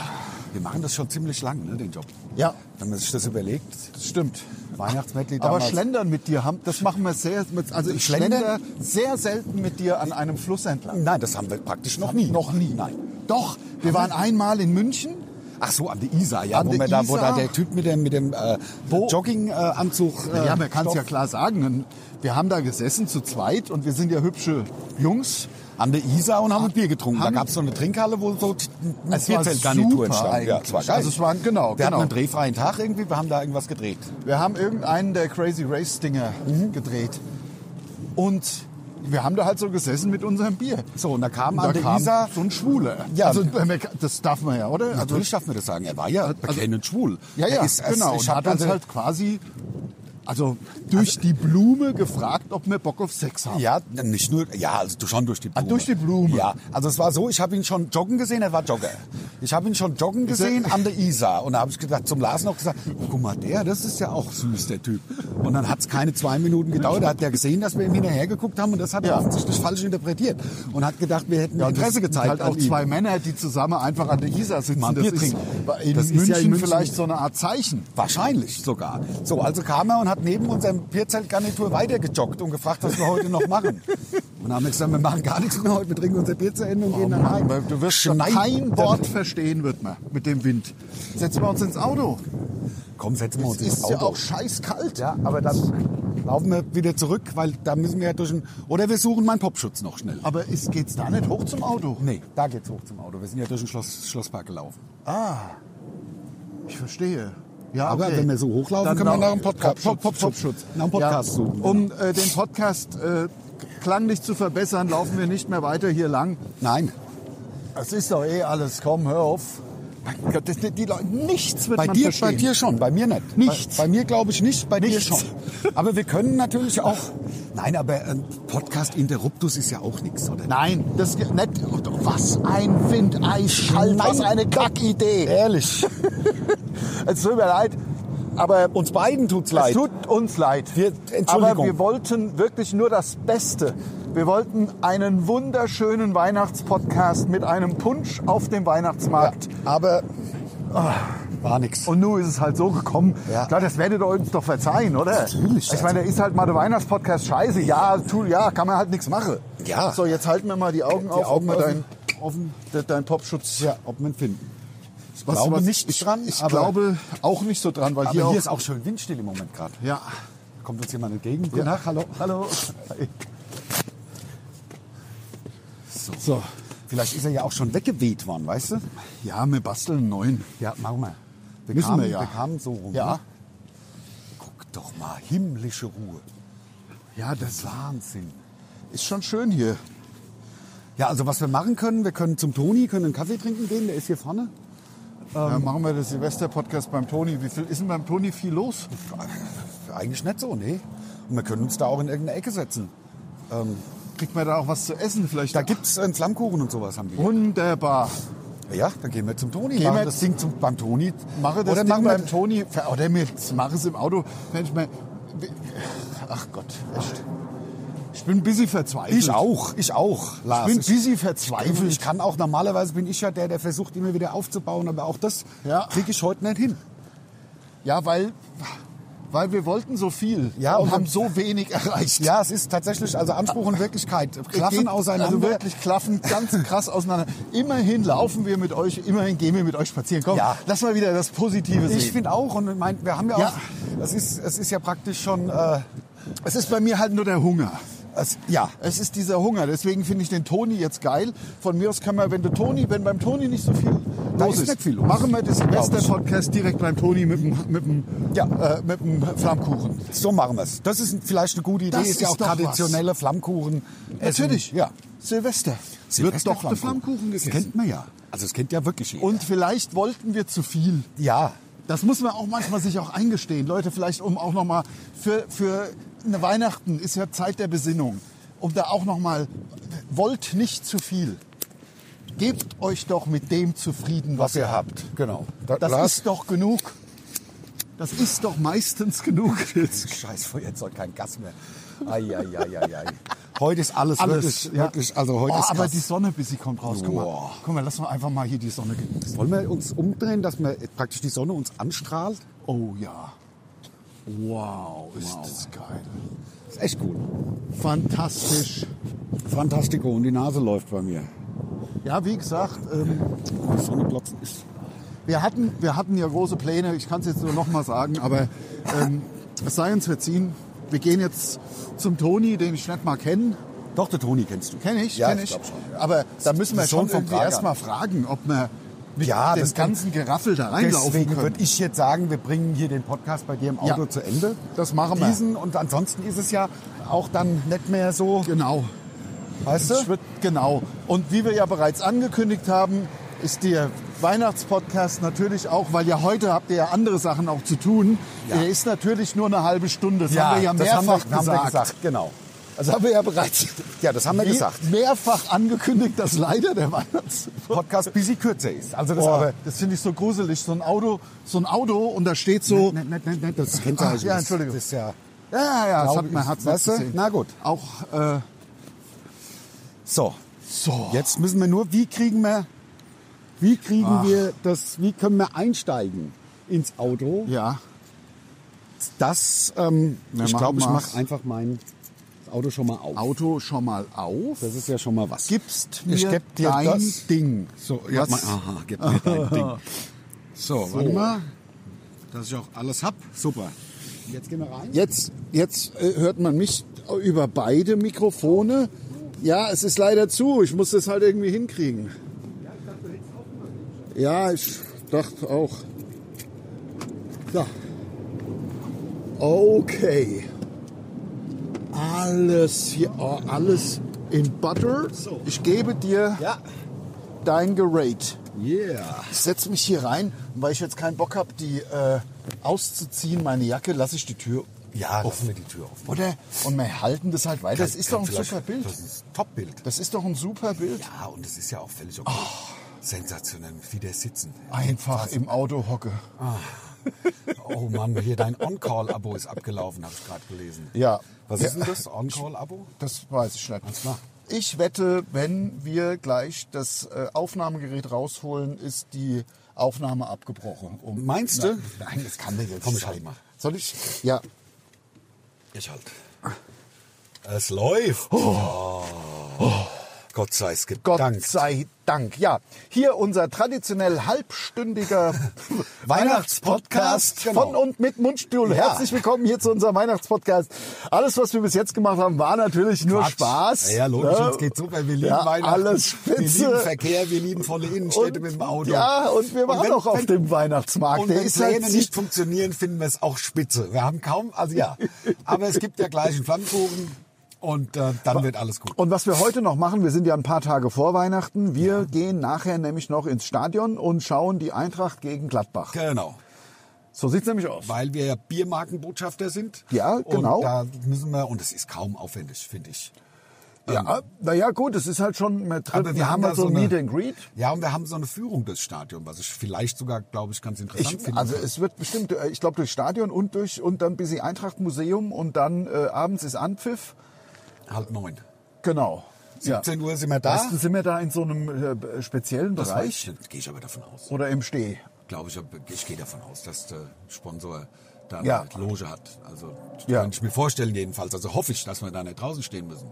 Speaker 3: Wir machen das schon ziemlich lang, ne, den Job.
Speaker 2: Ja,
Speaker 3: Wenn man sich das überlegt.
Speaker 2: das stimmt.
Speaker 3: Weihnachtsmedley
Speaker 2: Aber
Speaker 3: damals.
Speaker 2: Schlendern mit dir, haben, das machen wir sehr, mit, also ich schlender
Speaker 3: Schlendern?
Speaker 2: sehr selten mit dir an einem Fluss entlang.
Speaker 3: Nein, das haben wir praktisch noch nie.
Speaker 2: Noch nie.
Speaker 3: Nein.
Speaker 2: Doch, wir waren einmal in München.
Speaker 3: Ach so, an der Isar, ja.
Speaker 2: An
Speaker 3: wo,
Speaker 2: der
Speaker 3: man da, wo
Speaker 2: Isar?
Speaker 3: da der Typ mit dem, mit dem äh,
Speaker 2: Wo?
Speaker 3: Jogginganzug. Äh,
Speaker 2: Ja, man kann es ja
Speaker 3: Stoff-
Speaker 2: klar sagen. Wir haben da gesessen zu zweit und wir sind ja hübsche Jungs.
Speaker 3: An der Isar und haben ein Bier getrunken. Da
Speaker 2: haben-
Speaker 3: gab es so eine Trinkhalle, wo so t- ein
Speaker 2: Es war
Speaker 3: Bierzeltgarnitur
Speaker 2: super
Speaker 3: entstand.
Speaker 2: eigentlich. Also es waren- genau,
Speaker 3: Wir
Speaker 2: genau. Also
Speaker 3: hatten einen drehfreien Tag irgendwie, wir haben da irgendwas gedreht.
Speaker 2: Wir haben irgendeinen der Crazy Race Dinger gedreht. Und wir haben da halt so gesessen mit unserem Bier.
Speaker 3: So, und da kam
Speaker 2: Und
Speaker 3: an
Speaker 2: da
Speaker 3: der
Speaker 2: kam
Speaker 3: Isar...
Speaker 2: so ein Schwuler.
Speaker 3: Ja.
Speaker 2: Also, äh, das darf man ja, oder? Also,
Speaker 3: Natürlich darf man das sagen, er war ja bekennend schwul.
Speaker 2: ja, ja,
Speaker 3: Er ist,
Speaker 2: genau.
Speaker 3: Ich
Speaker 2: Und
Speaker 3: hab
Speaker 2: hat uns
Speaker 3: also,
Speaker 2: halt quasi, also durch die Blume gefragt, ob wir Bock auf Sex haben.
Speaker 3: Ja, nicht nur, ja, also du- schon durch die Blume.
Speaker 2: Ah, durch die Blume.
Speaker 3: Ja, also es war so, ich habe ihn schon joggen gesehen, er war Jogger. Ich habe ihn schon joggen
Speaker 2: Ist er-
Speaker 3: gesehen an der Isar und da habe ich gedacht, zum Lars noch gesagt, oh, guck mal, der, das ist ja auch süß, der Typ. Und dann hat es keine zwei Minuten gedauert, da hat der gesehen, dass wir ihm hinterher geguckt haben und das hat er
Speaker 2: Ja.
Speaker 3: offensichtlich falsch interpretiert und hat gedacht, wir hätten
Speaker 2: Ja, und das
Speaker 3: Interesse
Speaker 2: sind
Speaker 3: gezeigt
Speaker 2: Halt
Speaker 3: an
Speaker 2: auch
Speaker 3: ihm.
Speaker 2: zwei Männer, die zusammen einfach an der Isar sitzen.
Speaker 3: Mal Bier trinken.
Speaker 2: in,
Speaker 3: Das ist ja
Speaker 2: München
Speaker 3: in München-
Speaker 2: vielleicht so eine Art Zeichen.
Speaker 3: Wahrscheinlich sogar. So, also kam er und hat neben unserem Bierzeltgarnitur weitergejoggt und gefragt, was wir heute noch machen. Und dann haben wir gesagt, wir machen gar nichts mehr heute, wir trinken unser Bier zu Ende und gehen dann heim.
Speaker 2: Weil Du wirst
Speaker 3: Schneid-
Speaker 2: kein Wort verstehen, wird man, mit dem Wind. Setzen wir uns ins Auto.
Speaker 3: Komm, setzen wir uns
Speaker 2: Es
Speaker 3: ins
Speaker 2: ist ja
Speaker 3: Oh, Auto.
Speaker 2: auch scheißkalt.
Speaker 3: Ja, aber dann laufen wir wieder zurück, weil da müssen wir ja durch den... Oder wir suchen meinen Popschutz noch schnell.
Speaker 2: Aber ist, geht's da nicht hoch zum Auto?
Speaker 3: Nee, da geht's hoch zum Auto. Wir sind ja durch den Schloss, Schlosspark gelaufen.
Speaker 2: Ich verstehe. Ja,
Speaker 3: Aber wenn wir so hochlaufen,
Speaker 2: Dann
Speaker 3: können wir
Speaker 2: lau-
Speaker 3: nach dem Podcast- Pop-
Speaker 2: Popschutz,
Speaker 3: Pop-
Speaker 2: Popschutz.
Speaker 3: nach dem Podcast suchen, genau.
Speaker 2: Um äh, den Podcast äh, klanglich zu verbessern, laufen wir nicht mehr weiter hier lang.
Speaker 3: Nein,
Speaker 2: Das ist doch eh alles. Komm, hör auf. Mein Gott, das, die Leute, nichts wird
Speaker 3: bei
Speaker 2: man
Speaker 3: dir,
Speaker 2: verstehen.
Speaker 3: bei dir schon, bei mir nicht.
Speaker 2: Nichts.
Speaker 3: Bei, bei mir glaube ich nicht, bei
Speaker 2: Nichts.
Speaker 3: dir schon. Aber wir können natürlich auch... Nein, aber ähm, Podcast Interruptus ist ja auch nichts, oder?
Speaker 2: Nein, das geht nicht. Was ein Wind, Eischall, was
Speaker 3: Nein.
Speaker 2: eine Kackidee.
Speaker 3: Ehrlich,
Speaker 2: Es tut mir leid, aber
Speaker 3: uns beiden tut's
Speaker 2: es
Speaker 3: leid.
Speaker 2: tut uns leid.
Speaker 3: Wir-
Speaker 2: aber
Speaker 3: Entschuldigung.
Speaker 2: wir wollten wirklich nur das Beste. Wir wollten einen wunderschönen Weihnachtspodcast mit einem Punsch auf dem Weihnachtsmarkt.
Speaker 3: aber ah, war nix.
Speaker 2: Und nun ist es halt so gekommen.
Speaker 3: Ja.
Speaker 2: Klar, das werdet ihr uns doch verzeihen, oder?
Speaker 3: Natürlich.
Speaker 2: Ich meine, da ist halt mal der Weihnachtspodcast scheiße. Ja, tu, ja, kann man halt nichts machen.
Speaker 3: Ja.
Speaker 2: So, jetzt halten wir mal die Augen
Speaker 3: Die
Speaker 2: auf,
Speaker 3: Augen
Speaker 2: ob wir
Speaker 3: offen.
Speaker 2: dein, de- dein Popschutz
Speaker 3: ja, ob man finden. Ich
Speaker 2: Was-
Speaker 3: glaube
Speaker 2: was-
Speaker 3: nicht
Speaker 2: ich,
Speaker 3: dran,
Speaker 2: Ich
Speaker 3: aber-
Speaker 2: glaube auch nicht so dran, weil
Speaker 3: Aber
Speaker 2: hier,
Speaker 3: hier,
Speaker 2: auch,
Speaker 3: ist auch schön windstill im Moment gerade.
Speaker 2: ja.
Speaker 3: Kommt uns jemand entgegen? Guten Tag, hallo.
Speaker 2: Hallo.
Speaker 3: So. Vielleicht ist er ja auch schon weggeweht worden, weißt du?
Speaker 2: Ja, wir basteln einen neuen.
Speaker 3: Ja, machen wir. Wir
Speaker 2: Müssen
Speaker 3: kamen,
Speaker 2: wir ja.
Speaker 3: Wir kamen so rum.
Speaker 2: Ja.
Speaker 3: Ne? Guck doch mal, himmlische Ruhe.
Speaker 2: Ja, das
Speaker 3: Wahnsinn.
Speaker 2: ist schon schön hier.
Speaker 3: Ja, also was wir machen können, wir können zum Toni, können einen Kaffee trinken gehen, der ist hier vorne. Ähm.
Speaker 2: ja, machen wir das Silvester-Podcast beim Toni. Wie viel ist denn beim Toni viel los?
Speaker 3: Äh, Eigentlich nicht so, nee. Und wir können uns da auch in irgendeine Ecke setzen.
Speaker 2: Kriegt man da auch was zu essen vielleicht?
Speaker 3: Da gibt's äh, einen Flammkuchen und sowas haben die.
Speaker 2: Wunderbar.
Speaker 3: Ja, dann gehen wir zum Toni.
Speaker 2: Gehen
Speaker 3: machen
Speaker 2: wir-
Speaker 3: das Ding zum, beim Toni.
Speaker 2: Mache das
Speaker 3: Oder
Speaker 2: Ding
Speaker 3: machen wir
Speaker 2: beim Toni. ver- Oder wir machen es im Auto. Mensch, mein, ach Gott, echt. Ich bin ein bisschen verzweifelt.
Speaker 3: Ich auch, ich auch,
Speaker 2: Ich
Speaker 3: Lars.
Speaker 2: bin ein bisschen verzweifelt.
Speaker 3: Ich kann auch, normalerweise bin ich ja der, der versucht, immer wieder aufzubauen, aber auch das
Speaker 2: Ja.
Speaker 3: kriege ich heute nicht hin.
Speaker 2: Ja, weil, weil wir wollten so viel
Speaker 3: Ja,
Speaker 2: und
Speaker 3: und-
Speaker 2: haben so wenig erreicht.
Speaker 3: Ja, es ist tatsächlich, also Anspruch und Wirklichkeit klaffen
Speaker 2: Geht- Also
Speaker 3: auseinander.
Speaker 2: wirklich klaffen ganz krass auseinander. Immerhin laufen wir mit euch, immerhin gehen wir mit euch spazieren. Komm,
Speaker 3: Ja.
Speaker 2: lass mal wieder das Positive
Speaker 3: ich
Speaker 2: sehen.
Speaker 3: finde auch, und ich mein, wir haben ja,
Speaker 2: Ja.
Speaker 3: auch, es ist, es ist ja praktisch schon, äh,
Speaker 2: Es ist bei mir halt nur der Hunger.
Speaker 3: Es, ja,
Speaker 2: Es ist dieser Hunger. Deswegen finde ich den Toni jetzt geil. Von mir aus kann man, wenn der Toni, wenn beim Toni nicht so viel
Speaker 3: Da
Speaker 2: los
Speaker 3: ist
Speaker 2: ist,
Speaker 3: nicht viel los.
Speaker 2: machen wir den
Speaker 3: ich.
Speaker 2: Silvester-Podcast direkt beim Toni mit dem, mit dem,
Speaker 3: Ja.
Speaker 2: äh, mit dem Flammkuchen.
Speaker 3: so machen wir es. Das ist vielleicht eine gute Idee.
Speaker 2: Das
Speaker 3: ist ja
Speaker 2: ist
Speaker 3: auch
Speaker 2: doch
Speaker 3: traditionelle Flammkuchen. essen.
Speaker 2: Natürlich.
Speaker 3: Ja.
Speaker 2: Silvester.
Speaker 3: Silvester-
Speaker 2: Wird doch der Flammkuchen
Speaker 3: Das
Speaker 2: gegessen.
Speaker 3: kennt man ja. Also es kennt ja wirklich jeder.
Speaker 2: Und vielleicht wollten wir zu viel.
Speaker 3: ja,
Speaker 2: Das muss man auch manchmal sich auch eingestehen. Leute, vielleicht um auch nochmal für, für eine Weihnachten ist ja Zeit der Besinnung. Um da auch nochmal, wollt nicht zu viel. Gebt euch doch mit dem zufrieden,
Speaker 3: was
Speaker 2: was,
Speaker 3: ihr habt. Genau. Da,
Speaker 2: Das
Speaker 3: Lars-
Speaker 2: ist doch genug. Das ist doch meistens genug.
Speaker 3: Scheiß Feuerzeug, kein Gas mehr. Eieieiei. Heute ist alles, wirklich,
Speaker 2: ja.
Speaker 3: wirklich, also heute
Speaker 2: oh,
Speaker 3: ist
Speaker 2: aber
Speaker 3: krass.
Speaker 2: die Sonne bis sie kommt raus. Guck mal,
Speaker 3: Boah.
Speaker 2: guck mal, lass mal einfach mal hier die Sonne genießen.
Speaker 3: Wollen wir uns umdrehen, dass wir praktisch die Sonne uns anstrahlt?
Speaker 2: Oh ja. Wow, ist das geil.
Speaker 3: ist echt cool.
Speaker 2: Fantastisch.
Speaker 3: Fantastico und die Nase läuft bei mir.
Speaker 2: Ja, wie gesagt, ähm,
Speaker 3: Die Sonne glotzen ist.
Speaker 2: Wir hatten, wir hatten ja große Pläne, ich kann es jetzt nur noch mal sagen, aber ähm, es sei uns verziehen. Wir gehen jetzt zum Toni, den ich nicht mal kenne.
Speaker 3: Doch, der Toni kennst du.
Speaker 2: Kenne ich,
Speaker 3: Ja,
Speaker 2: kenne
Speaker 3: ich
Speaker 2: ich.
Speaker 3: glaub schon, ja.
Speaker 2: Aber da müssen wir
Speaker 3: Ist schon
Speaker 2: schon
Speaker 3: vom
Speaker 2: irgendwie
Speaker 3: Prager.
Speaker 2: erstmal fragen, ob wir mit
Speaker 3: Ja,
Speaker 2: dem
Speaker 3: das-
Speaker 2: ganzen Geraffel da reinlaufen
Speaker 3: Deswegen
Speaker 2: können.
Speaker 3: würde ich jetzt sagen, wir bringen hier den Podcast bei dir im Auto
Speaker 2: Ja.
Speaker 3: zu Ende.
Speaker 2: Das machen wir.
Speaker 3: Diesen und ansonsten ist es ja auch dann nicht mehr so,
Speaker 2: Genau.
Speaker 3: weißt
Speaker 2: Ich
Speaker 3: du?
Speaker 2: würd, genau. Und wie wir ja bereits angekündigt haben, ist der Weihnachtspodcast natürlich auch, weil ja heute habt ihr ja andere Sachen auch zu tun.
Speaker 3: Ja.
Speaker 2: Der ist natürlich nur eine halbe Stunde. Das haben wir ja
Speaker 3: das
Speaker 2: mehrfach
Speaker 3: haben wir, Haben wir
Speaker 2: gesagt.
Speaker 3: gesagt. Genau. Das haben wir ja bereits. Ja, das haben wir
Speaker 2: Wie
Speaker 3: gesagt.
Speaker 2: Mehrfach angekündigt, dass leider der Weihnachts.
Speaker 3: Podcast busy kürzer ist. Also das
Speaker 2: Oh,
Speaker 3: aber.
Speaker 2: das finde ich so gruselig. So ein Auto, so ein Auto und da steht so.
Speaker 3: Nein, nein, nein, nein, das ist Kennzeichen.
Speaker 2: Ach, ja, Entschuldigung.
Speaker 3: Das ist Ah, ja.
Speaker 2: Ja, ja, das
Speaker 3: Glaub
Speaker 2: hat man
Speaker 3: ich.
Speaker 2: hat's
Speaker 3: Weißt du?
Speaker 2: gesehen.
Speaker 3: Na gut.
Speaker 2: Auch äh,
Speaker 3: So,
Speaker 2: so.
Speaker 3: jetzt müssen wir nur, wie kriegen wir, wie kriegen wir das, wie können wir einsteigen ins Auto?
Speaker 2: Ja.
Speaker 3: Das, ähm,
Speaker 2: Wir
Speaker 3: ich glaube, ich
Speaker 2: machen
Speaker 3: mache
Speaker 2: mal's.
Speaker 3: einfach mein Auto schon mal auf.
Speaker 2: Auto schon mal auf.
Speaker 3: Das ist ja schon mal was.
Speaker 2: Gibst
Speaker 3: Ich
Speaker 2: mir
Speaker 3: geb dir
Speaker 2: dein
Speaker 3: das.
Speaker 2: Ding.
Speaker 3: So,
Speaker 2: Was?
Speaker 3: jetzt mal, aha, gib mir dein Ding. So, warte mal, dass ich auch alles hab. Super. Jetzt gehen wir rein.
Speaker 2: Jetzt, jetzt äh, hört man mich über beide Mikrofone. Ja, es ist leider zu. Ich muss das halt irgendwie hinkriegen. Ja, ich dachte auch. So. Okay. Alles hier, oh, alles in Butter. Ich gebe dir
Speaker 3: Ja.
Speaker 2: dein Gerät.
Speaker 3: Yeah.
Speaker 2: Ich setze mich hier rein und weil ich jetzt keinen Bock habe, die äh, auszuziehen, meine Jacke, lasse ich die Tür
Speaker 3: Ja, lassen wir die Tür auf.
Speaker 2: oder? Und wir halten das halt weiter. Das ist doch ein super Bild.
Speaker 3: Das ist ein Top-Bild.
Speaker 2: Das ist doch ein super Bild.
Speaker 3: Ja, und es ist ja auch völlig okay. Sensationell, wie der sitzen.
Speaker 2: Einfach im Auto hocke.
Speaker 3: Oh Mann, hier dein On-Call-Abo ist abgelaufen, habe ich gerade gelesen.
Speaker 2: Ja.
Speaker 3: Was
Speaker 2: Ja.
Speaker 3: ist denn das, On-Call-Abo?
Speaker 2: Das weiß ich nicht.
Speaker 3: Alles klar.
Speaker 2: Ich wette, wenn wir gleich das äh, Aufnahmegerät rausholen, ist die Aufnahme abgebrochen. Um-
Speaker 3: Meinst du?
Speaker 2: Nein, nein, das kann nicht jetzt
Speaker 3: Komm, ich
Speaker 2: sein.
Speaker 3: halt mal.
Speaker 2: Soll ich? Ja.
Speaker 3: Ich halt. Es läuft. Oh. Gott sei es gibt
Speaker 2: Gott
Speaker 3: Dank.
Speaker 2: sei Dank. Ja, hier unser traditionell halbstündiger Weihnachtspodcast
Speaker 3: Genau.
Speaker 2: von und mit Mundstuhl.
Speaker 3: Ja.
Speaker 2: Herzlich willkommen hier zu unserem Weihnachtspodcast. Alles, was wir bis jetzt gemacht haben, war natürlich nur
Speaker 3: Quatsch.
Speaker 2: Spaß.
Speaker 3: Ja, ja logisch,
Speaker 2: Ne?
Speaker 3: uns geht's super. Wir lieben
Speaker 2: ja,
Speaker 3: Weihnachten.
Speaker 2: Alles spitze.
Speaker 3: Wir lieben Verkehr, wir lieben volle Innenstädte
Speaker 2: Und-
Speaker 3: mit dem Auto.
Speaker 2: Ja, und wir waren
Speaker 3: wenn-
Speaker 2: auch auf
Speaker 3: wenn-
Speaker 2: dem Weihnachtsmarkt.
Speaker 3: Und
Speaker 2: Der
Speaker 3: wenn
Speaker 2: ist
Speaker 3: Pläne
Speaker 2: halt
Speaker 3: nicht funktionieren, finden wir es auch spitze. Wir haben kaum, also ja. Aber es gibt ja gleich einen Flammkuchen und äh, dann wird alles gut.
Speaker 2: Und was wir heute noch machen, wir sind ja ein paar Tage vor Weihnachten. Wir gehen nachher nämlich noch ins Stadion und schauen die Eintracht gegen Gladbach.
Speaker 3: Genau.
Speaker 2: So sieht's nämlich aus.
Speaker 3: Weil wir ja Biermarkenbotschafter sind.
Speaker 2: Ja, genau.
Speaker 3: Und da müssen wir, und es ist kaum aufwendig, finde ich.
Speaker 2: Ja, naja, gut, es ist halt schon, wir, treffen, Ähm, wir haben
Speaker 3: da
Speaker 2: halt so ein Meet and Greet.
Speaker 3: Ja, und wir haben so eine Führung des Stadions, was ich vielleicht sogar, glaube ich, ganz interessant
Speaker 2: Ich,
Speaker 3: finde.
Speaker 2: also es wird bestimmt, äh, ich glaube, durch Stadion und durch und dann bis die Eintracht Museum und dann äh, abends ist Anpfiff.
Speaker 3: halb neun.
Speaker 2: Genau.
Speaker 3: 17 Uhr sind wir da.
Speaker 2: Meistens sind wir da in so einem äh, speziellen
Speaker 3: Das weiß
Speaker 2: Bereich
Speaker 3: ich, nicht. gehe ich aber davon aus.
Speaker 2: oder im Steh.
Speaker 3: Glaube ich, aber ich gehe davon aus, dass der Sponsor da
Speaker 4: Ja.
Speaker 3: eine Loge hat. Also
Speaker 4: Ja.
Speaker 3: kann ich mir vorstellen jedenfalls. Also hoffe ich, dass wir da nicht draußen stehen müssen.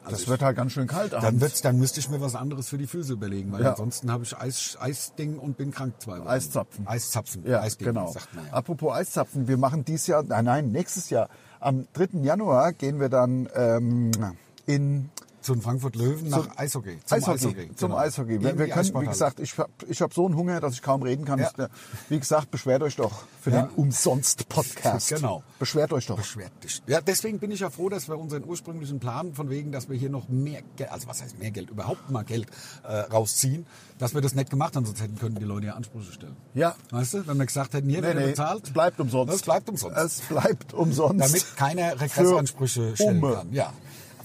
Speaker 3: Also
Speaker 2: Das
Speaker 3: ich-
Speaker 2: wird halt ganz schön kalt
Speaker 3: dann,
Speaker 2: abends.
Speaker 3: wird's, dann müsste ich mir was anderes für die Füße überlegen, weil
Speaker 2: Ja.
Speaker 3: ansonsten habe ich Eis, Eisding und bin krank zwei Wochen.
Speaker 2: Eiszapfen.
Speaker 3: Eiszapfen.
Speaker 2: ja,
Speaker 3: Eisding,
Speaker 2: genau.
Speaker 3: sagt man ja.
Speaker 2: Apropos Eiszapfen, wir machen dieses Jahr, nein, nein, nächstes Jahr, am 3. Januar gehen wir dann ähm, in
Speaker 3: Zum Frankfurt Löwen nach Eishockey. Zum
Speaker 2: Eishockey, Zum
Speaker 3: genau.
Speaker 2: Eishockey. Wir,
Speaker 3: In
Speaker 2: wir
Speaker 3: die
Speaker 2: können, wie
Speaker 3: Eissporthalle.
Speaker 2: gesagt, ich habe ich hab so einen Hunger, dass ich kaum reden kann.
Speaker 3: Ja.
Speaker 2: Ich, äh, wie gesagt, beschwert euch doch für
Speaker 3: Ja.
Speaker 2: den Umsonst-Podcast.
Speaker 3: Genau.
Speaker 2: Beschwert euch doch.
Speaker 3: beschwert dich. Ja, deswegen bin ich ja froh, dass wir unseren ursprünglichen Plan von wegen, dass wir hier noch mehr Geld, also was heißt mehr Geld, überhaupt mal Geld äh, rausziehen, dass wir das nicht gemacht haben, sonst hätten können die Leute ja Ansprüche stellen.
Speaker 2: Ja.
Speaker 3: Weißt du, wenn wir gesagt hätten, hier
Speaker 2: Nee,
Speaker 3: wird
Speaker 2: nee,
Speaker 3: bezahlt.
Speaker 2: es bleibt umsonst.
Speaker 3: Es bleibt umsonst.
Speaker 2: Es bleibt umsonst.
Speaker 3: damit keine Regressansprüche
Speaker 2: Für
Speaker 3: stellen
Speaker 2: Umme.
Speaker 3: kann. Ja.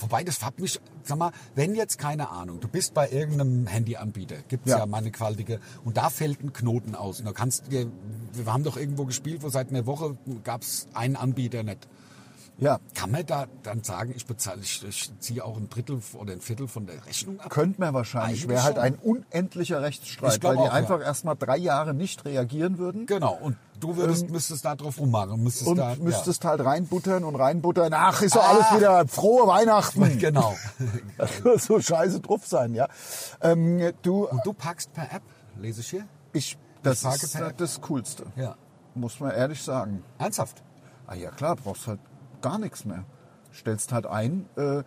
Speaker 3: Wobei, das hat mich, sag mal, wenn jetzt, keine Ahnung, du bist bei irgendeinem Handyanbieter, gibt es
Speaker 2: Ja.
Speaker 3: ja. mannigfaltige, und da fällt ein Knoten aus. Und da kannst du dir, wir haben doch irgendwo gespielt, wo seit einer Woche gab es einen Anbieter nicht.
Speaker 2: Ja.
Speaker 3: Kann man da dann sagen, ich bezahle, ich, ich ziehe auch ein Drittel oder ein Viertel von der Rechnung ab?
Speaker 2: Könnte man wahrscheinlich.
Speaker 3: Eigentlich
Speaker 2: Wäre halt
Speaker 3: schon.
Speaker 2: ein unendlicher
Speaker 3: Ich
Speaker 2: Rechtsstreit,
Speaker 3: glaub
Speaker 2: weil die
Speaker 3: auch, ja.
Speaker 2: einfach erst mal drei Jahre nicht reagieren würden.
Speaker 3: Genau, und du würdest, müsstest da drauf rummachen, müsstest
Speaker 2: Ähm, Und
Speaker 3: da,
Speaker 2: müsstest halt reinbuttern und reinbuttern. Ach, ist doch alles wieder frohe
Speaker 3: ja.
Speaker 2: Weihnachten.
Speaker 3: Ah! Genau.
Speaker 2: so scheiße drauf sein, ja. Ähm, du,
Speaker 3: und du packst per App, lese ich hier?
Speaker 2: ich, das
Speaker 3: Frage
Speaker 2: ist
Speaker 3: per
Speaker 2: äh,
Speaker 3: App.
Speaker 2: das Coolste.
Speaker 3: Ja.
Speaker 2: Muss man ehrlich sagen.
Speaker 3: Ernsthaft?
Speaker 2: Ah ja, klar, brauchst halt gar nichts mehr. Stellst halt ein, äh,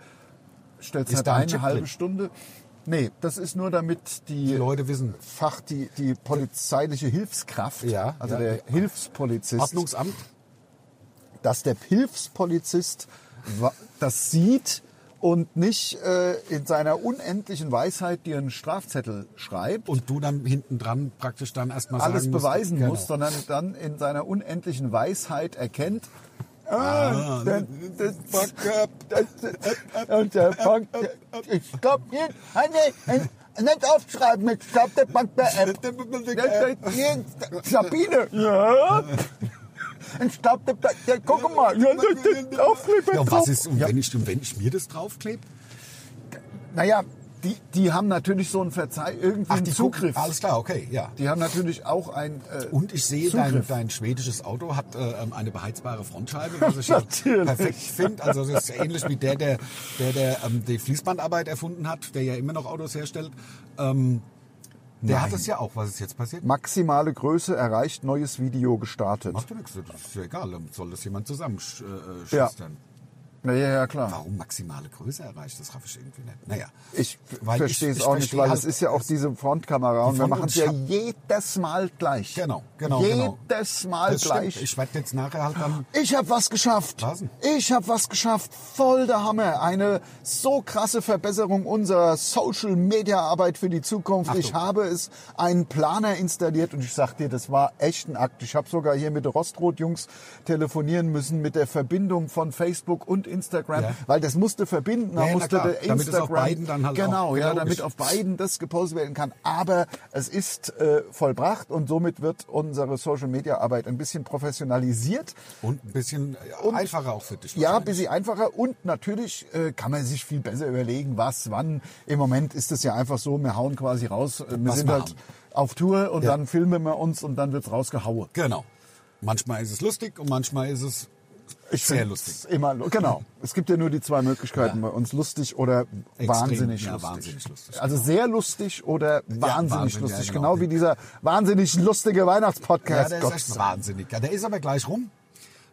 Speaker 2: stellst
Speaker 3: Ist
Speaker 2: halt
Speaker 3: da ein
Speaker 2: ein,
Speaker 3: Chip
Speaker 2: eine halbe
Speaker 3: drin?
Speaker 2: Stunde. Nee, das ist nur damit die,
Speaker 3: Die Leute wissen.
Speaker 2: Fach, die, die polizeiliche Hilfskraft,
Speaker 3: Ja,
Speaker 2: also
Speaker 3: ja.
Speaker 2: der Hilfspolizist,
Speaker 3: Ordnungsamt?
Speaker 2: dass der Hilfspolizist wa- das sieht und nicht äh, in seiner unendlichen Weisheit dir einen Strafzettel schreibt.
Speaker 3: und du dann hinten dran praktisch dann erstmal
Speaker 2: alles
Speaker 3: sagen
Speaker 2: beweisen
Speaker 3: musst, genau.
Speaker 2: muss, genau. sondern dann in seiner unendlichen Weisheit erkennt,
Speaker 3: Ah,
Speaker 2: der- der-
Speaker 3: fuck up.
Speaker 2: und der Punk, ich glaube nicht, Ah, nee, äh, nicht aufschreiben, ich glaube, der Punk per App. Der- der- hier, Sabine, ja. Ich glaube, der, der, guck mal, ja, der, der, aufschreiben.
Speaker 3: Ja, und was ist, und wenn, ich, und wenn ich mir das draufklebe?
Speaker 2: Naja, die, die haben natürlich so einen Verzeih, irgendwie einen Zugriff.
Speaker 3: gucken- Alles klar, okay, ja.
Speaker 2: Die haben natürlich auch ein, äh,
Speaker 3: Und ich sehe, dein, dein schwedisches Auto hat äh, ähm, eine beheizbare Frontscheibe, was ich ja
Speaker 2: Natürlich.
Speaker 3: perfekt finde. Also das ist ja ähnlich wie der, der, der, der ähm, die Fließbandarbeit erfunden hat, der ja immer noch Autos herstellt. Ähm, der hat das ja auch. Was ist jetzt passiert?
Speaker 2: maximale Größe erreicht, neues Video gestartet.
Speaker 3: Macht ja nichts, das ist ja egal. Dann soll das jemand zusammenschustern.
Speaker 2: Ja. Ja, ja, ja, klar.
Speaker 3: Warum maximale Größe erreicht, das raff ich irgendwie nicht. Naja.
Speaker 2: Ich
Speaker 3: Weil
Speaker 2: verstehe es
Speaker 3: ich
Speaker 2: auch nicht,
Speaker 3: verstehe
Speaker 2: weil
Speaker 3: halt-
Speaker 2: es ist ja auch diese Frontkamera und wir
Speaker 3: Front-
Speaker 2: machen
Speaker 3: und
Speaker 2: es ja
Speaker 3: ich
Speaker 2: jedes Mal gleich.
Speaker 3: Genau, genau, genau.
Speaker 2: Jedes Mal
Speaker 3: Das
Speaker 2: gleich. Ah.
Speaker 3: Stimmt. Ich werde jetzt nachher halt dann.
Speaker 2: Ich habe was geschafft.
Speaker 3: Was denn?
Speaker 2: Ich habe was geschafft. Voll der Hammer. Eine so krasse Verbesserung unserer Social Media Arbeit für die Zukunft.
Speaker 3: Achtung.
Speaker 2: Ich habe es einen Planer installiert und ich sag dir, das war echt ein Akt. Ich habe sogar hier mit den Rostrot Jungs telefonieren müssen mit der Verbindung von Facebook und Instagram,
Speaker 3: Ja.
Speaker 2: weil das musste verbinden, da
Speaker 3: Ja, na
Speaker 2: musste
Speaker 3: klar.
Speaker 2: der Instagram
Speaker 3: Damit es auf beiden dann halt
Speaker 2: genau,
Speaker 3: auch-
Speaker 2: ja,
Speaker 3: logisch.
Speaker 2: damit auf beiden das gepostet werden kann, aber es ist äh, vollbracht und somit wird unsere Social Media Arbeit ein bisschen professionalisiert.
Speaker 3: Und ein bisschen
Speaker 2: Und-
Speaker 3: einfacher auch für dich.
Speaker 2: Ja, ein
Speaker 3: wahrscheinlich.
Speaker 2: bisschen einfacher und natürlich äh, kann man sich viel besser überlegen, was, wann. Im Moment ist es ja einfach so, wir hauen quasi raus, äh, wir
Speaker 3: Was
Speaker 2: sind
Speaker 3: wir
Speaker 2: halt
Speaker 3: haben.
Speaker 2: auf Tour und dann filmen wir uns und dann wird's rausgehauen.
Speaker 3: Genau. Manchmal ist es lustig und manchmal ist es sehr lustig.
Speaker 2: Ist Immer, lu- genau. Es gibt ja nur die zwei Möglichkeiten bei uns, lustig oder
Speaker 3: Extrem,
Speaker 2: wahnsinnig,
Speaker 3: ja,
Speaker 2: lustig.
Speaker 3: wahnsinnig lustig,
Speaker 2: Also sehr lustig oder wahnsinnig
Speaker 3: Wahnsinn, ja,
Speaker 2: lustig,
Speaker 3: genau.
Speaker 2: genau. wie dieser wahnsinnig lustige
Speaker 3: Ja,
Speaker 2: Weihnachtspodcast.
Speaker 3: der ist
Speaker 2: Gott
Speaker 3: echt
Speaker 2: sei
Speaker 3: wahnsinnig. Ja, der ist aber gleich rum.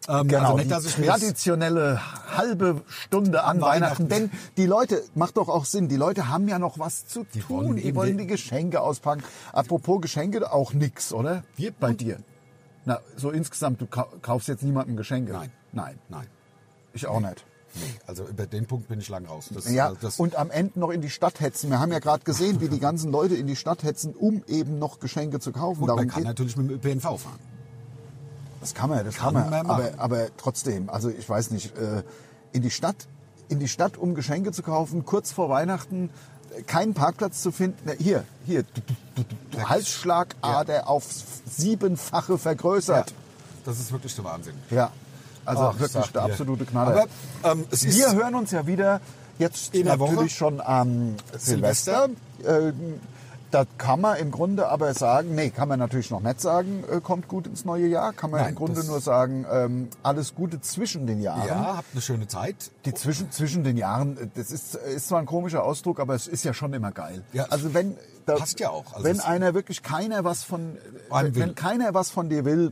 Speaker 3: Ähm,
Speaker 2: Genau,
Speaker 3: also nicht,
Speaker 2: die
Speaker 3: dass ich mir das-
Speaker 2: traditionelle halbe Stunde an,
Speaker 3: An
Speaker 2: Weihnachten.
Speaker 3: Weihnachten.
Speaker 2: Denn die Leute, macht doch auch Sinn, die Leute haben ja noch was zu
Speaker 3: Die
Speaker 2: tun.
Speaker 3: wollen
Speaker 2: die
Speaker 3: eben
Speaker 2: wollen
Speaker 3: die-
Speaker 2: die Geschenke auspacken. Apropos Geschenke, auch nix, oder?
Speaker 3: Wir-
Speaker 2: Bei dir. Na, so insgesamt, du kau- kaufst jetzt niemandem Geschenke.
Speaker 3: Nein.
Speaker 2: Nein,
Speaker 3: Nein.
Speaker 2: ich auch nicht.
Speaker 3: Nee, also über den Punkt bin ich lang raus. Das,
Speaker 2: Ja,
Speaker 3: also das,
Speaker 2: und am Ende noch in die Stadt hetzen. Wir haben ja gerade gesehen, wie die ganzen Leute in die Stadt hetzen, um eben noch Geschenke zu kaufen.
Speaker 3: gut,
Speaker 2: Darum
Speaker 3: man kann
Speaker 2: geht-
Speaker 3: natürlich mit dem ÖPNV fahren.
Speaker 2: Das kann man, das
Speaker 3: Kann
Speaker 2: kann, man.
Speaker 3: man
Speaker 2: aber,
Speaker 3: machen.
Speaker 2: aber trotzdem, also ich weiß nicht, äh, in die Stadt, in die Stadt, um Geschenke zu kaufen, kurz vor Weihnachten, äh, keinen Parkplatz zu finden. Na, hier, hier, du- du- du- du- Halsschlagader auf siebenfache vergrößert.
Speaker 3: Das ist wirklich der Wahnsinn.
Speaker 2: Ja, also
Speaker 3: Ach,
Speaker 2: wirklich
Speaker 3: sag
Speaker 2: der
Speaker 3: dir.
Speaker 2: absolute Knaller.
Speaker 3: Aber ähm, es ist
Speaker 2: Wir hören uns ja wieder jetzt
Speaker 3: In der
Speaker 2: natürlich
Speaker 3: Woche?
Speaker 2: schon am Silvester.
Speaker 3: Silvester.
Speaker 2: Ähm, da kann man im Grunde aber sagen, nee, kann man natürlich noch nicht sagen, äh, kommt gut ins neue Jahr. Kann man
Speaker 3: Nein,
Speaker 2: im Grunde
Speaker 3: das-
Speaker 2: nur sagen, ähm, alles Gute zwischen den Jahren.
Speaker 3: Ja, habt eine schöne Zeit.
Speaker 2: Die zwischen, zwischen den Jahren, äh, das ist, ist zwar ein komischer Ausdruck, aber es ist ja schon immer geil.
Speaker 3: Ja,
Speaker 2: also wenn, da,
Speaker 3: passt ja auch. Also
Speaker 2: wenn
Speaker 3: es-
Speaker 2: einer wirklich keiner was von,
Speaker 3: Einem
Speaker 2: wenn
Speaker 3: will.
Speaker 2: keiner was von dir will,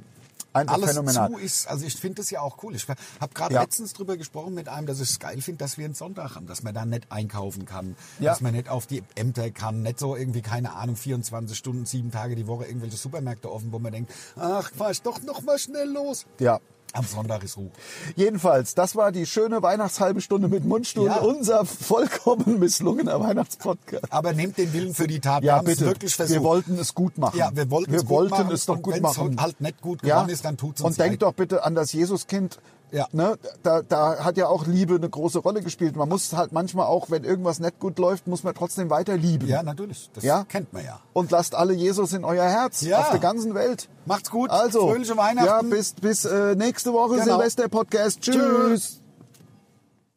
Speaker 2: einfach
Speaker 3: Alles
Speaker 2: phänomenal.
Speaker 3: zu ist, also ich finde das ja auch cool. Ich habe gerade
Speaker 2: Ja.
Speaker 3: letztens drüber gesprochen mit einem, dass ich es geil finde, dass wir einen Sonntag haben, dass man da nicht einkaufen kann,
Speaker 2: Ja.
Speaker 3: dass man nicht auf die Ämter kann, nicht so irgendwie, keine Ahnung, 24 Stunden, sieben Tage die Woche irgendwelche Supermärkte offen, wo man denkt, ach, fahr ich doch noch mal schnell los.
Speaker 2: Ja.
Speaker 3: Am Sonntag ist Ruhe.
Speaker 2: Jedenfalls, das war die schöne Weihnachtshalbe Stunde mit Mundstuhl,
Speaker 3: Ja.
Speaker 2: unser vollkommen misslungener Weihnachtspodcast.
Speaker 3: Aber nehmt den Willen für die Tat. Wir
Speaker 2: Ja,
Speaker 3: haben's
Speaker 2: bitte.
Speaker 3: Wirklich versucht.
Speaker 2: wir wollten es gut machen.
Speaker 3: Ja, wir wollten
Speaker 2: wir
Speaker 3: es gut
Speaker 2: wollten
Speaker 3: machen
Speaker 2: es doch
Speaker 3: und
Speaker 2: gut
Speaker 3: wenn's
Speaker 2: machen.
Speaker 3: halt nicht gut geworden ist, dann tut's uns
Speaker 2: Und denkt
Speaker 3: leid.
Speaker 2: doch bitte an das Jesuskind.
Speaker 3: Ja.
Speaker 2: Ne? Da, da hat ja auch Liebe eine große Rolle gespielt. Man muss halt manchmal auch, wenn irgendwas nicht gut läuft, muss man trotzdem weiter lieben.
Speaker 3: Ja, natürlich. Das
Speaker 2: Ja?
Speaker 3: kennt man ja.
Speaker 2: Und lasst alle Jesus in euer Herz.
Speaker 3: Ja.
Speaker 2: Auf der ganzen Welt.
Speaker 3: Macht's gut.
Speaker 2: Also,
Speaker 3: Fröhliche Weihnachten.
Speaker 2: Ja, bis, bis äh, nächste Woche
Speaker 3: Genau.
Speaker 2: Silvester-Podcast. Tschüss.
Speaker 3: Tschüss.